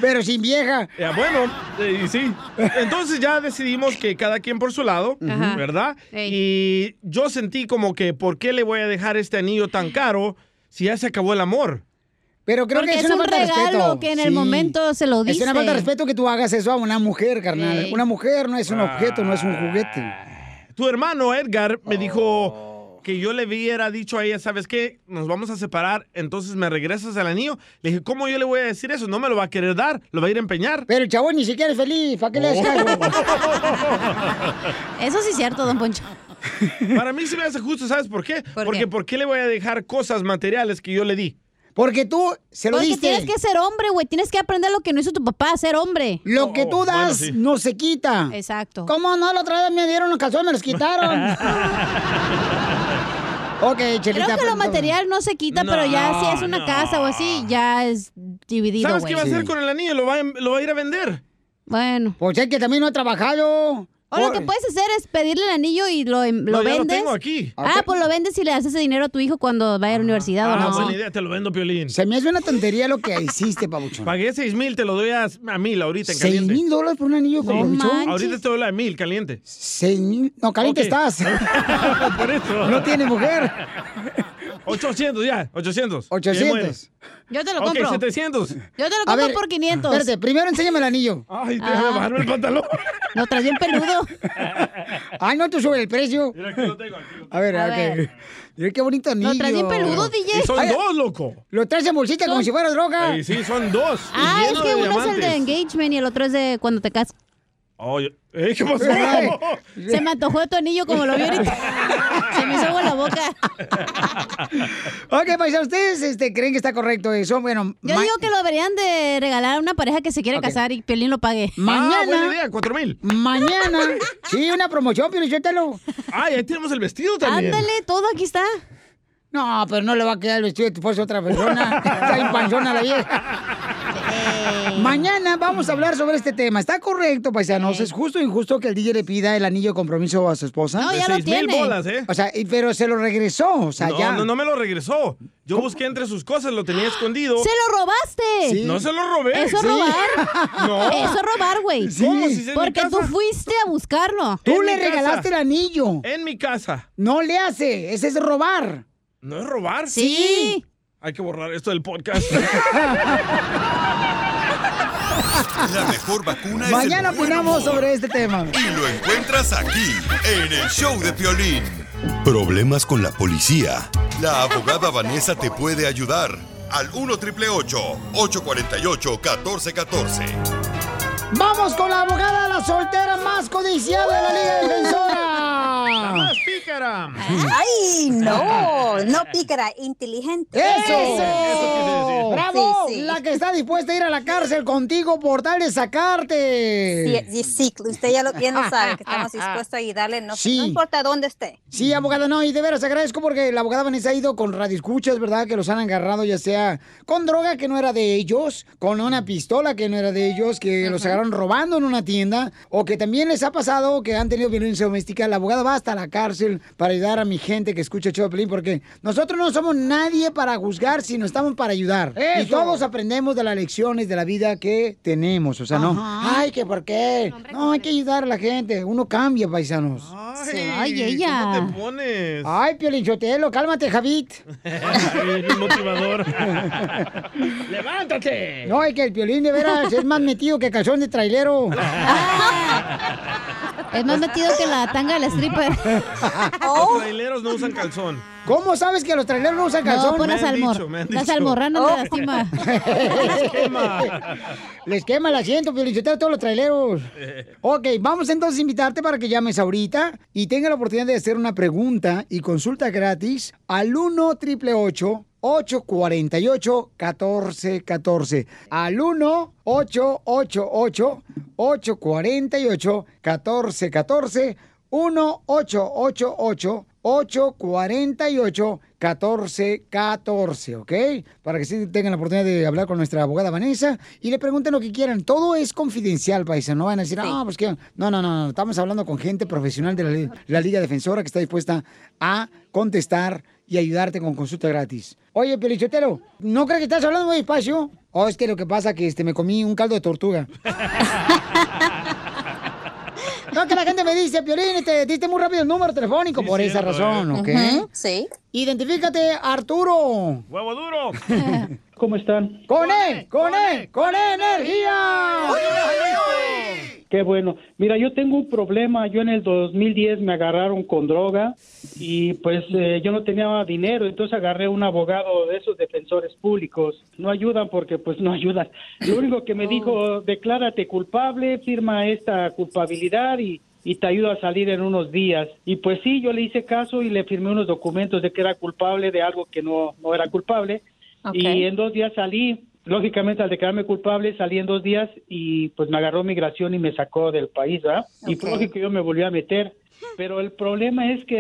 S1: Pero sin vieja.
S2: Ya, bueno, eh, y sí. Entonces ya decidimos que cada quien por su lado,
S7: Ajá.
S2: ¿verdad? Y yo sentí como que, ¿por qué le voy a dejar este anillo tan caro si ya se acabó el amor?
S1: Pero creo
S7: Porque
S1: que
S7: es
S1: es una
S7: un
S1: falta de
S7: regalo
S1: respeto.
S7: que en el momento se lo
S1: Es una falta
S7: diste.
S1: de respeto que tú hagas eso a una mujer, carnal.
S7: Sí.
S1: Una mujer no es un
S2: Ah.
S1: objeto, no es un juguete.
S2: Tu hermano Edgar me
S1: Oh.
S2: dijo que yo le hubiera dicho a ella, ¿sabes qué? Nos vamos a separar, entonces me regresas el anillo. Le dije, ¿cómo yo le voy a decir eso? No me lo va a querer dar, lo va a ir a empeñar.
S1: Pero el chabón ni siquiera es feliz, ¿para qué le haces
S7: Eso sí es cierto, don Poncho.
S2: Para mí se me hace justo, ¿sabes por qué? Porque ¿por qué le voy a dejar cosas materiales que yo le di?
S1: Porque tú se
S7: Porque tienes que ser hombre, güey. Tienes que aprender lo que no hizo tu papá, ser hombre.
S2: Oh,
S1: Lo que tú das no se quita.
S7: Exacto.
S1: ¿Cómo no? La otra vez me dieron los calzones, me los quitaron. ok, Chelita.
S7: Creo que lo
S1: perdón.
S7: material no se quita, pero ya
S1: No,
S7: si es una
S1: no.
S7: casa o así, ya es dividido.
S2: ¿Sabes
S7: güey.
S2: qué va a hacer con el anillo? Lo va a, em- lo va a ir a vender.
S7: Bueno.
S1: Pues es que también no ha trabajado.
S7: O lo que puedes hacer es pedirle el anillo y lo, em-
S2: No,
S7: lo
S2: ya lo
S7: vendes.
S2: tengo aquí.
S7: Ah, pues lo vendes y le haces ese dinero a tu hijo cuando vaya a la universidad o
S2: Ah,
S7: no.
S2: buena idea, te lo vendo, Piolín.
S1: Se me hace una tontería lo que hiciste, pabuchón.
S2: Pagué seis mil, te lo doy a, a mil ahorita en
S1: ¿Seis
S2: caliente.
S1: mil dólares por un anillo de
S2: Sí.
S1: compromiso?
S2: Ahorita te doy la de mil, caliente.
S1: Seis mil. No, caliente
S2: Ok.
S1: estás.
S2: Por eso.
S1: No tiene mujer.
S2: 800 ya, 800.
S1: 800.
S7: Yo te lo
S2: Ok,
S7: compro.
S2: 700.
S7: Yo te lo
S1: A
S7: compro
S1: ver,
S7: por 500.
S1: Espérate, primero enséñame el anillo.
S2: Ay,
S7: déjame Ah. bajarme
S2: el pantalón.
S1: Lo traes bien peludo. Ay, no, tú subes el precio. Mira, aquí lo tengo. A ver,
S7: A
S1: a
S7: ver.
S1: ver. Mira qué bonito anillo.
S7: ¿Lo traes bien peludo, DJ? Y son dos,
S2: loco.
S1: Lo traes en bolsita como si fuera droga.
S2: Ay, sí, son dos. y
S7: Ah, es
S2: lleno
S7: que
S2: de
S7: uno es el
S2: diamantes.
S7: de engagement y el otro es de cuando te casas.
S2: Ay, eh, ¿Qué pasó?
S7: Se me antojó tu anillo como lo vi ahorita. Se me hizo agua la boca.
S1: Ok, paisa, ¿ustedes este, creen que está correcto eso? Bueno,
S7: Yo
S1: ma-
S7: digo que lo deberían de regalar a una pareja que se quiere
S1: Ok.
S7: casar y Piolín lo pague.
S2: Ah,
S1: mañana.
S2: cuatro mil.
S1: Mañana. sí, una promoción, pero yo te lo.
S2: Ay, ahí tenemos el vestido también.
S7: Ándale, todo aquí está.
S1: No, pero no le va a quedar el vestido de tu esposa a otra persona. Está en panzona la vieja.
S2: Eh.
S1: Mañana vamos a hablar sobre este tema. ¿Está correcto, paisanos? ¿Es justo o injusto que el DJ le pida el anillo de compromiso a su esposa?
S2: No, De ya lo 6,000 tiene. bolas, ¿eh?
S1: O sea, y- pero se lo regresó. O sea,
S2: No,
S1: ya.
S2: no, no me lo regresó. Yo busqué entre sus cosas, lo tenía escondido.
S7: ¡Se lo robaste!
S2: Sí. No se lo robé.
S7: Eso es
S2: Sí.
S7: robar.
S2: No.
S7: Eso es robar, güey.
S2: Sí. ¿Cómo? Si es en mi
S7: Porque tú
S2: casa.
S7: fuiste a buscarlo.
S2: En mi casa.
S1: anillo.
S2: En mi casa.
S1: No le hace. Ese es robar.
S2: ¿No es robar?
S1: Sí.
S2: Hay que borrar esto del podcast.
S4: La mejor vacuna es el
S1: Mañana
S4: buen
S1: opinamos
S4: humor.
S1: sobre este tema.
S4: Y lo encuentras aquí, en el show de Piolín. Problemas con la policía. La abogada Vanessa te puede ayudar. Al 1 848 1414
S1: Vamos con la abogada, la soltera más codiciada de la Liga
S7: Ah.
S3: La más
S1: Defensora.
S2: pícara.
S14: Ah. Ay, no, no pícara, inteligente.
S1: ¡Eso! ¡Bravo!
S14: Sí, sí.
S1: La que está dispuesta a ir a la cárcel contigo por tal de sacarte.
S14: Sí, sí, usted ya lo, bien lo sabe, que estamos dispuestos a ayudarle, no,
S1: Sí.
S14: no importa dónde esté.
S1: Sí, abogada, no, y de veras agradezco porque la abogada Vanessa ha ido con radioescuchas, ¿verdad? Que los han agarrado ya sea con droga que no era de ellos, con una pistola que no era de ellos, que los agarraron robando en una tienda, o que también les ha pasado que han tenido violencia doméstica. La abogada va hasta la cárcel para ayudar a mi gente que escucha Choplin, porque nosotros no somos nadie para juzgar, sino estamos para ayudar. Y
S24: ¡Eso!
S1: todos aprendemos de las lecciones de la vida que tenemos, o sea, no.
S24: Ajá.
S1: Ay, que por qué. No, hay que ayudar a la gente. Uno cambia, paisanos.
S2: Ay, Ay, ella. ¿cómo te pones?
S1: Ay, Piolichotelo, cálmate, Javit.
S2: Eres un motivador. ¡Levántate!
S1: No, es que el Piolín de veras es más metido que calzón de trailero.
S7: Es más metido que la tanga de la stripper.
S2: Los traileros no usan calzón.
S1: Oh. ¿Cómo sabes que los traileros no usan
S2: No,
S1: calzón? Oh.
S2: por Me las han almor- dicho, me han las dicho. almorranas me lastiman. Les quema.
S1: Les quema el asiento, Piolichotelo, a todos los traileros. Ok, vamos entonces a invitarte para que llames ahorita y tenga la oportunidad de hacer una pregunta y consulta gratis al 1 888 848 1414 al 1 888 848 1414 1 888 848 1414, ¿ok? Para que sí tengan la oportunidad de hablar con nuestra abogada Vanessa y le pregunten lo que quieran. Todo es confidencial, paisa. No van a decir, ah, pues que. No, no, no, no. Estamos hablando con gente profesional de la, li- la Liga Defensora que está dispuesta a contestar y ayudarte con consulta gratis. Oye, Pelichotero, ¿no crees que estás hablando muy despacio? O es que lo que pasa que este, me comí un caldo de tortuga. No, que la gente me dice, Piolín, te diste muy rápido el número telefónico por esa
S3: cierto,
S1: razón,
S3: ¿eh?
S1: ¿ok?
S3: Ujú,
S14: Sí.
S1: Identifícate, Arturo.
S2: ¡Huevo duro!
S17: ¿Cómo están?
S1: Con E, con E, con E, energía.
S17: Qué bueno. Mira, yo tengo un problema. Yo en el 2010 me agarraron con droga y pues eh, yo no tenía dinero, entonces agarré un abogado de esos defensores públicos. No ayudan porque pues no ayudan. Lo único que me dijo, declárate culpable, firma esta culpabilidad y, y te ayudo a salir en unos días. Y pues sí, yo le hice caso y le firmé unos documentos de que era culpable de algo que no, no era culpable.
S14: Ok.
S17: Y en dos días salí. Lógicamente, al declararme culpable, salí en dos días y pues me agarró migración y me sacó del país, ¿verdad? Y Ok. fue lógico, yo me volví a meter. Pero el problema es que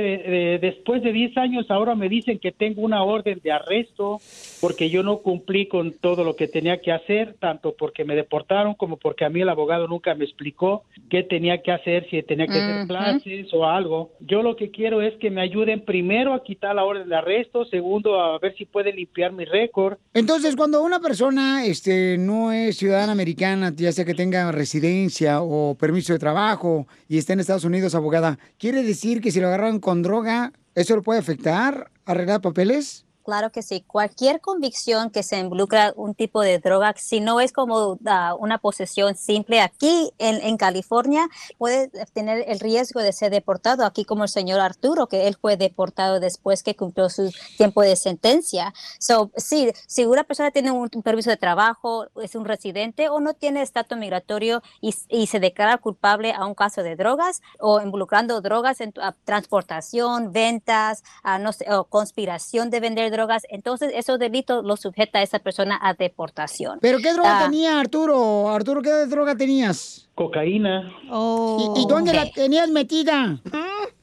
S17: eh, después de 10 años ahora me dicen que tengo una orden de arresto porque yo no cumplí con todo lo que tenía que hacer, tanto porque me deportaron como porque a mí el abogado nunca me explicó qué tenía que hacer, si tenía que hacer
S14: Ujú.
S17: clases o algo. Yo lo que quiero es que me ayuden primero a quitar la orden de arresto, segundo a ver si pueden limpiar mi récord
S1: Entonces, cuando una persona este, no es ciudadana americana, ya sea que tenga residencia o permiso de trabajo y esté en Estados Unidos, abogada, ¿quiere decir que si lo agarran con droga, eso le puede afectar? ¿Arreglar papeles?
S14: Claro que sí. Cualquier convicción que se involucra un tipo de droga, si no es como ah, una posesión simple aquí en, en California, puede tener el riesgo de ser deportado. Aquí como el señor Arturo, que él fue deportado después que cumplió su tiempo de sentencia. So, sí, si una persona tiene un, un permiso de trabajo, es un residente o no tiene estatus migratorio y, y se declara culpable a un caso de drogas o involucrando drogas en tu- a transportación, ventas, a no sé, o conspiración de vender drogas, entonces esos delitos los sujeta a esa persona a deportación.
S1: ¿Pero qué droga
S14: Ah,
S1: tenía Arturo? Arturo, ¿qué droga tenías? Oh.
S17: Cocaína.
S1: ¿Y, y dónde la tenías metida?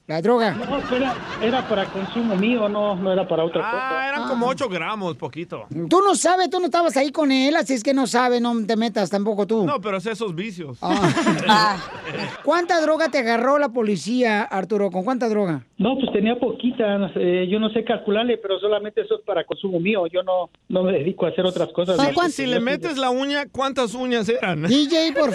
S1: La droga.
S17: No, era, era para consumo mío, no, no era para otra
S2: Ah,
S17: cosa.
S2: eran como 8 gramos, poquito.
S1: Tú no sabes, tú no estabas ahí con él, así es que no sabes, no te metas tampoco tú.
S2: No, pero es esos vicios.
S1: Ah. ¿Cuánta droga te agarró la policía, Arturo? ¿Con cuánta droga?
S17: No, pues tenía poquita, eh, yo no sé calcularle, pero solamente eso es para consumo mío, yo no, no me dedico a hacer otras cosas.
S2: Si- Si le metes la uña, ¿cuántas uñas eran?
S1: DJ, por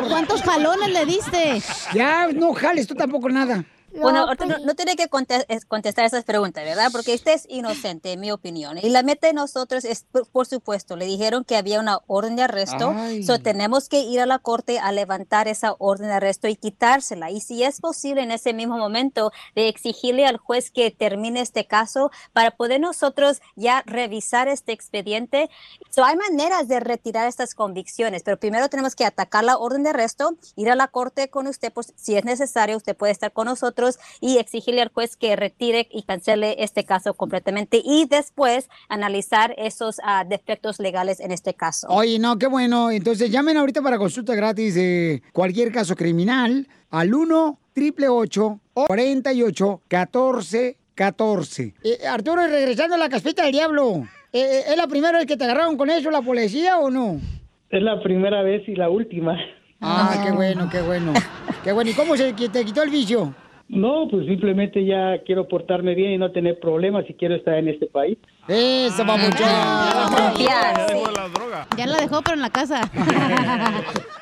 S2: Oh,
S1: ¿Cuántos jalones le diste? Ya, no jales tú tampoco nada.
S14: Bueno, ahorita no, no tiene que conte- es- contestar esas preguntas, ¿verdad? Porque usted es inocente, en mi opinión. Y la meta de nosotros es, por, por supuesto, le dijeron que había una orden de arresto,
S18: Ay.
S14: so tenemos que ir a la corte a levantar esa orden de arresto y quitársela. Y si es posible en ese mismo momento de exigirle al juez que termine este caso para poder nosotros ya revisar este expediente. So, hay maneras de retirar estas convicciones, pero primero tenemos que atacar la orden de arresto, ir a la corte con usted, pues si es necesario, usted puede estar con nosotros y exigirle al juez que retire y cancele este caso completamente y después analizar esos ah, defectos legales en este caso.
S1: Oye, no, qué bueno. Entonces llamen ahorita para consulta gratis de cualquier caso criminal al 1 888 48 14 14. Eh, Arturo, y regresando a la caspita del diablo, eh, eh, ¿es la primera vez que te agarraron con eso la policía o no?
S17: Es la primera vez y la última.
S1: Ah, qué bueno, qué bueno. Qué bueno. ¿Y cómo se qui- te quitó el vicio?
S17: No, pues simplemente ya quiero portarme bien y no tener problemas y quiero estar en este país.
S1: Eso,
S7: Ya la dejó, pero en la casa.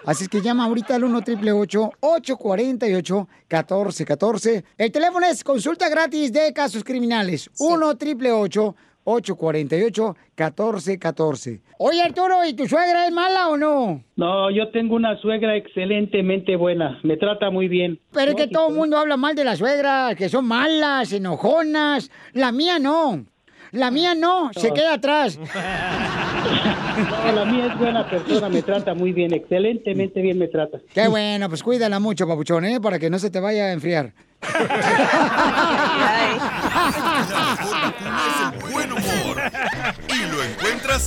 S1: Así es que llama ahorita al 1 888 848 1414 El teléfono es consulta gratis de casos criminales. 1 888 848 1414 Oye, Arturo, ¿y tu suegra es mala o no?
S17: No, yo tengo una suegra excelentemente buena, me trata muy bien.
S1: Pero es que todo el mundo habla mal de las suegras, que son malas, enojonas. La mía no. La mía no, se queda atrás.
S17: No, la mía es buena persona, me trata muy bien, excelentemente bien me trata.
S1: Qué bueno, pues cuídala mucho, papuchón, ¿eh? Para que no se te vaya a enfriar.
S4: Buen humor. Y lo encuentras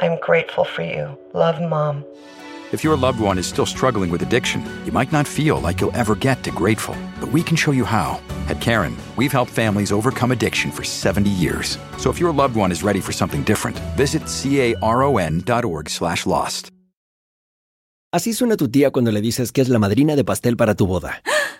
S20: I'm grateful for you. Love, Mom.
S27: If your loved one is still struggling with addiction, you might not feel like you'll ever get to grateful, but we can show you how. At Karen, we've helped families overcome addiction for 70 years. So if your loved one is ready for something different, visit caron.org slash lost.
S28: Así suena tu tía cuando le dices que es la madrina de pastel para tu boda.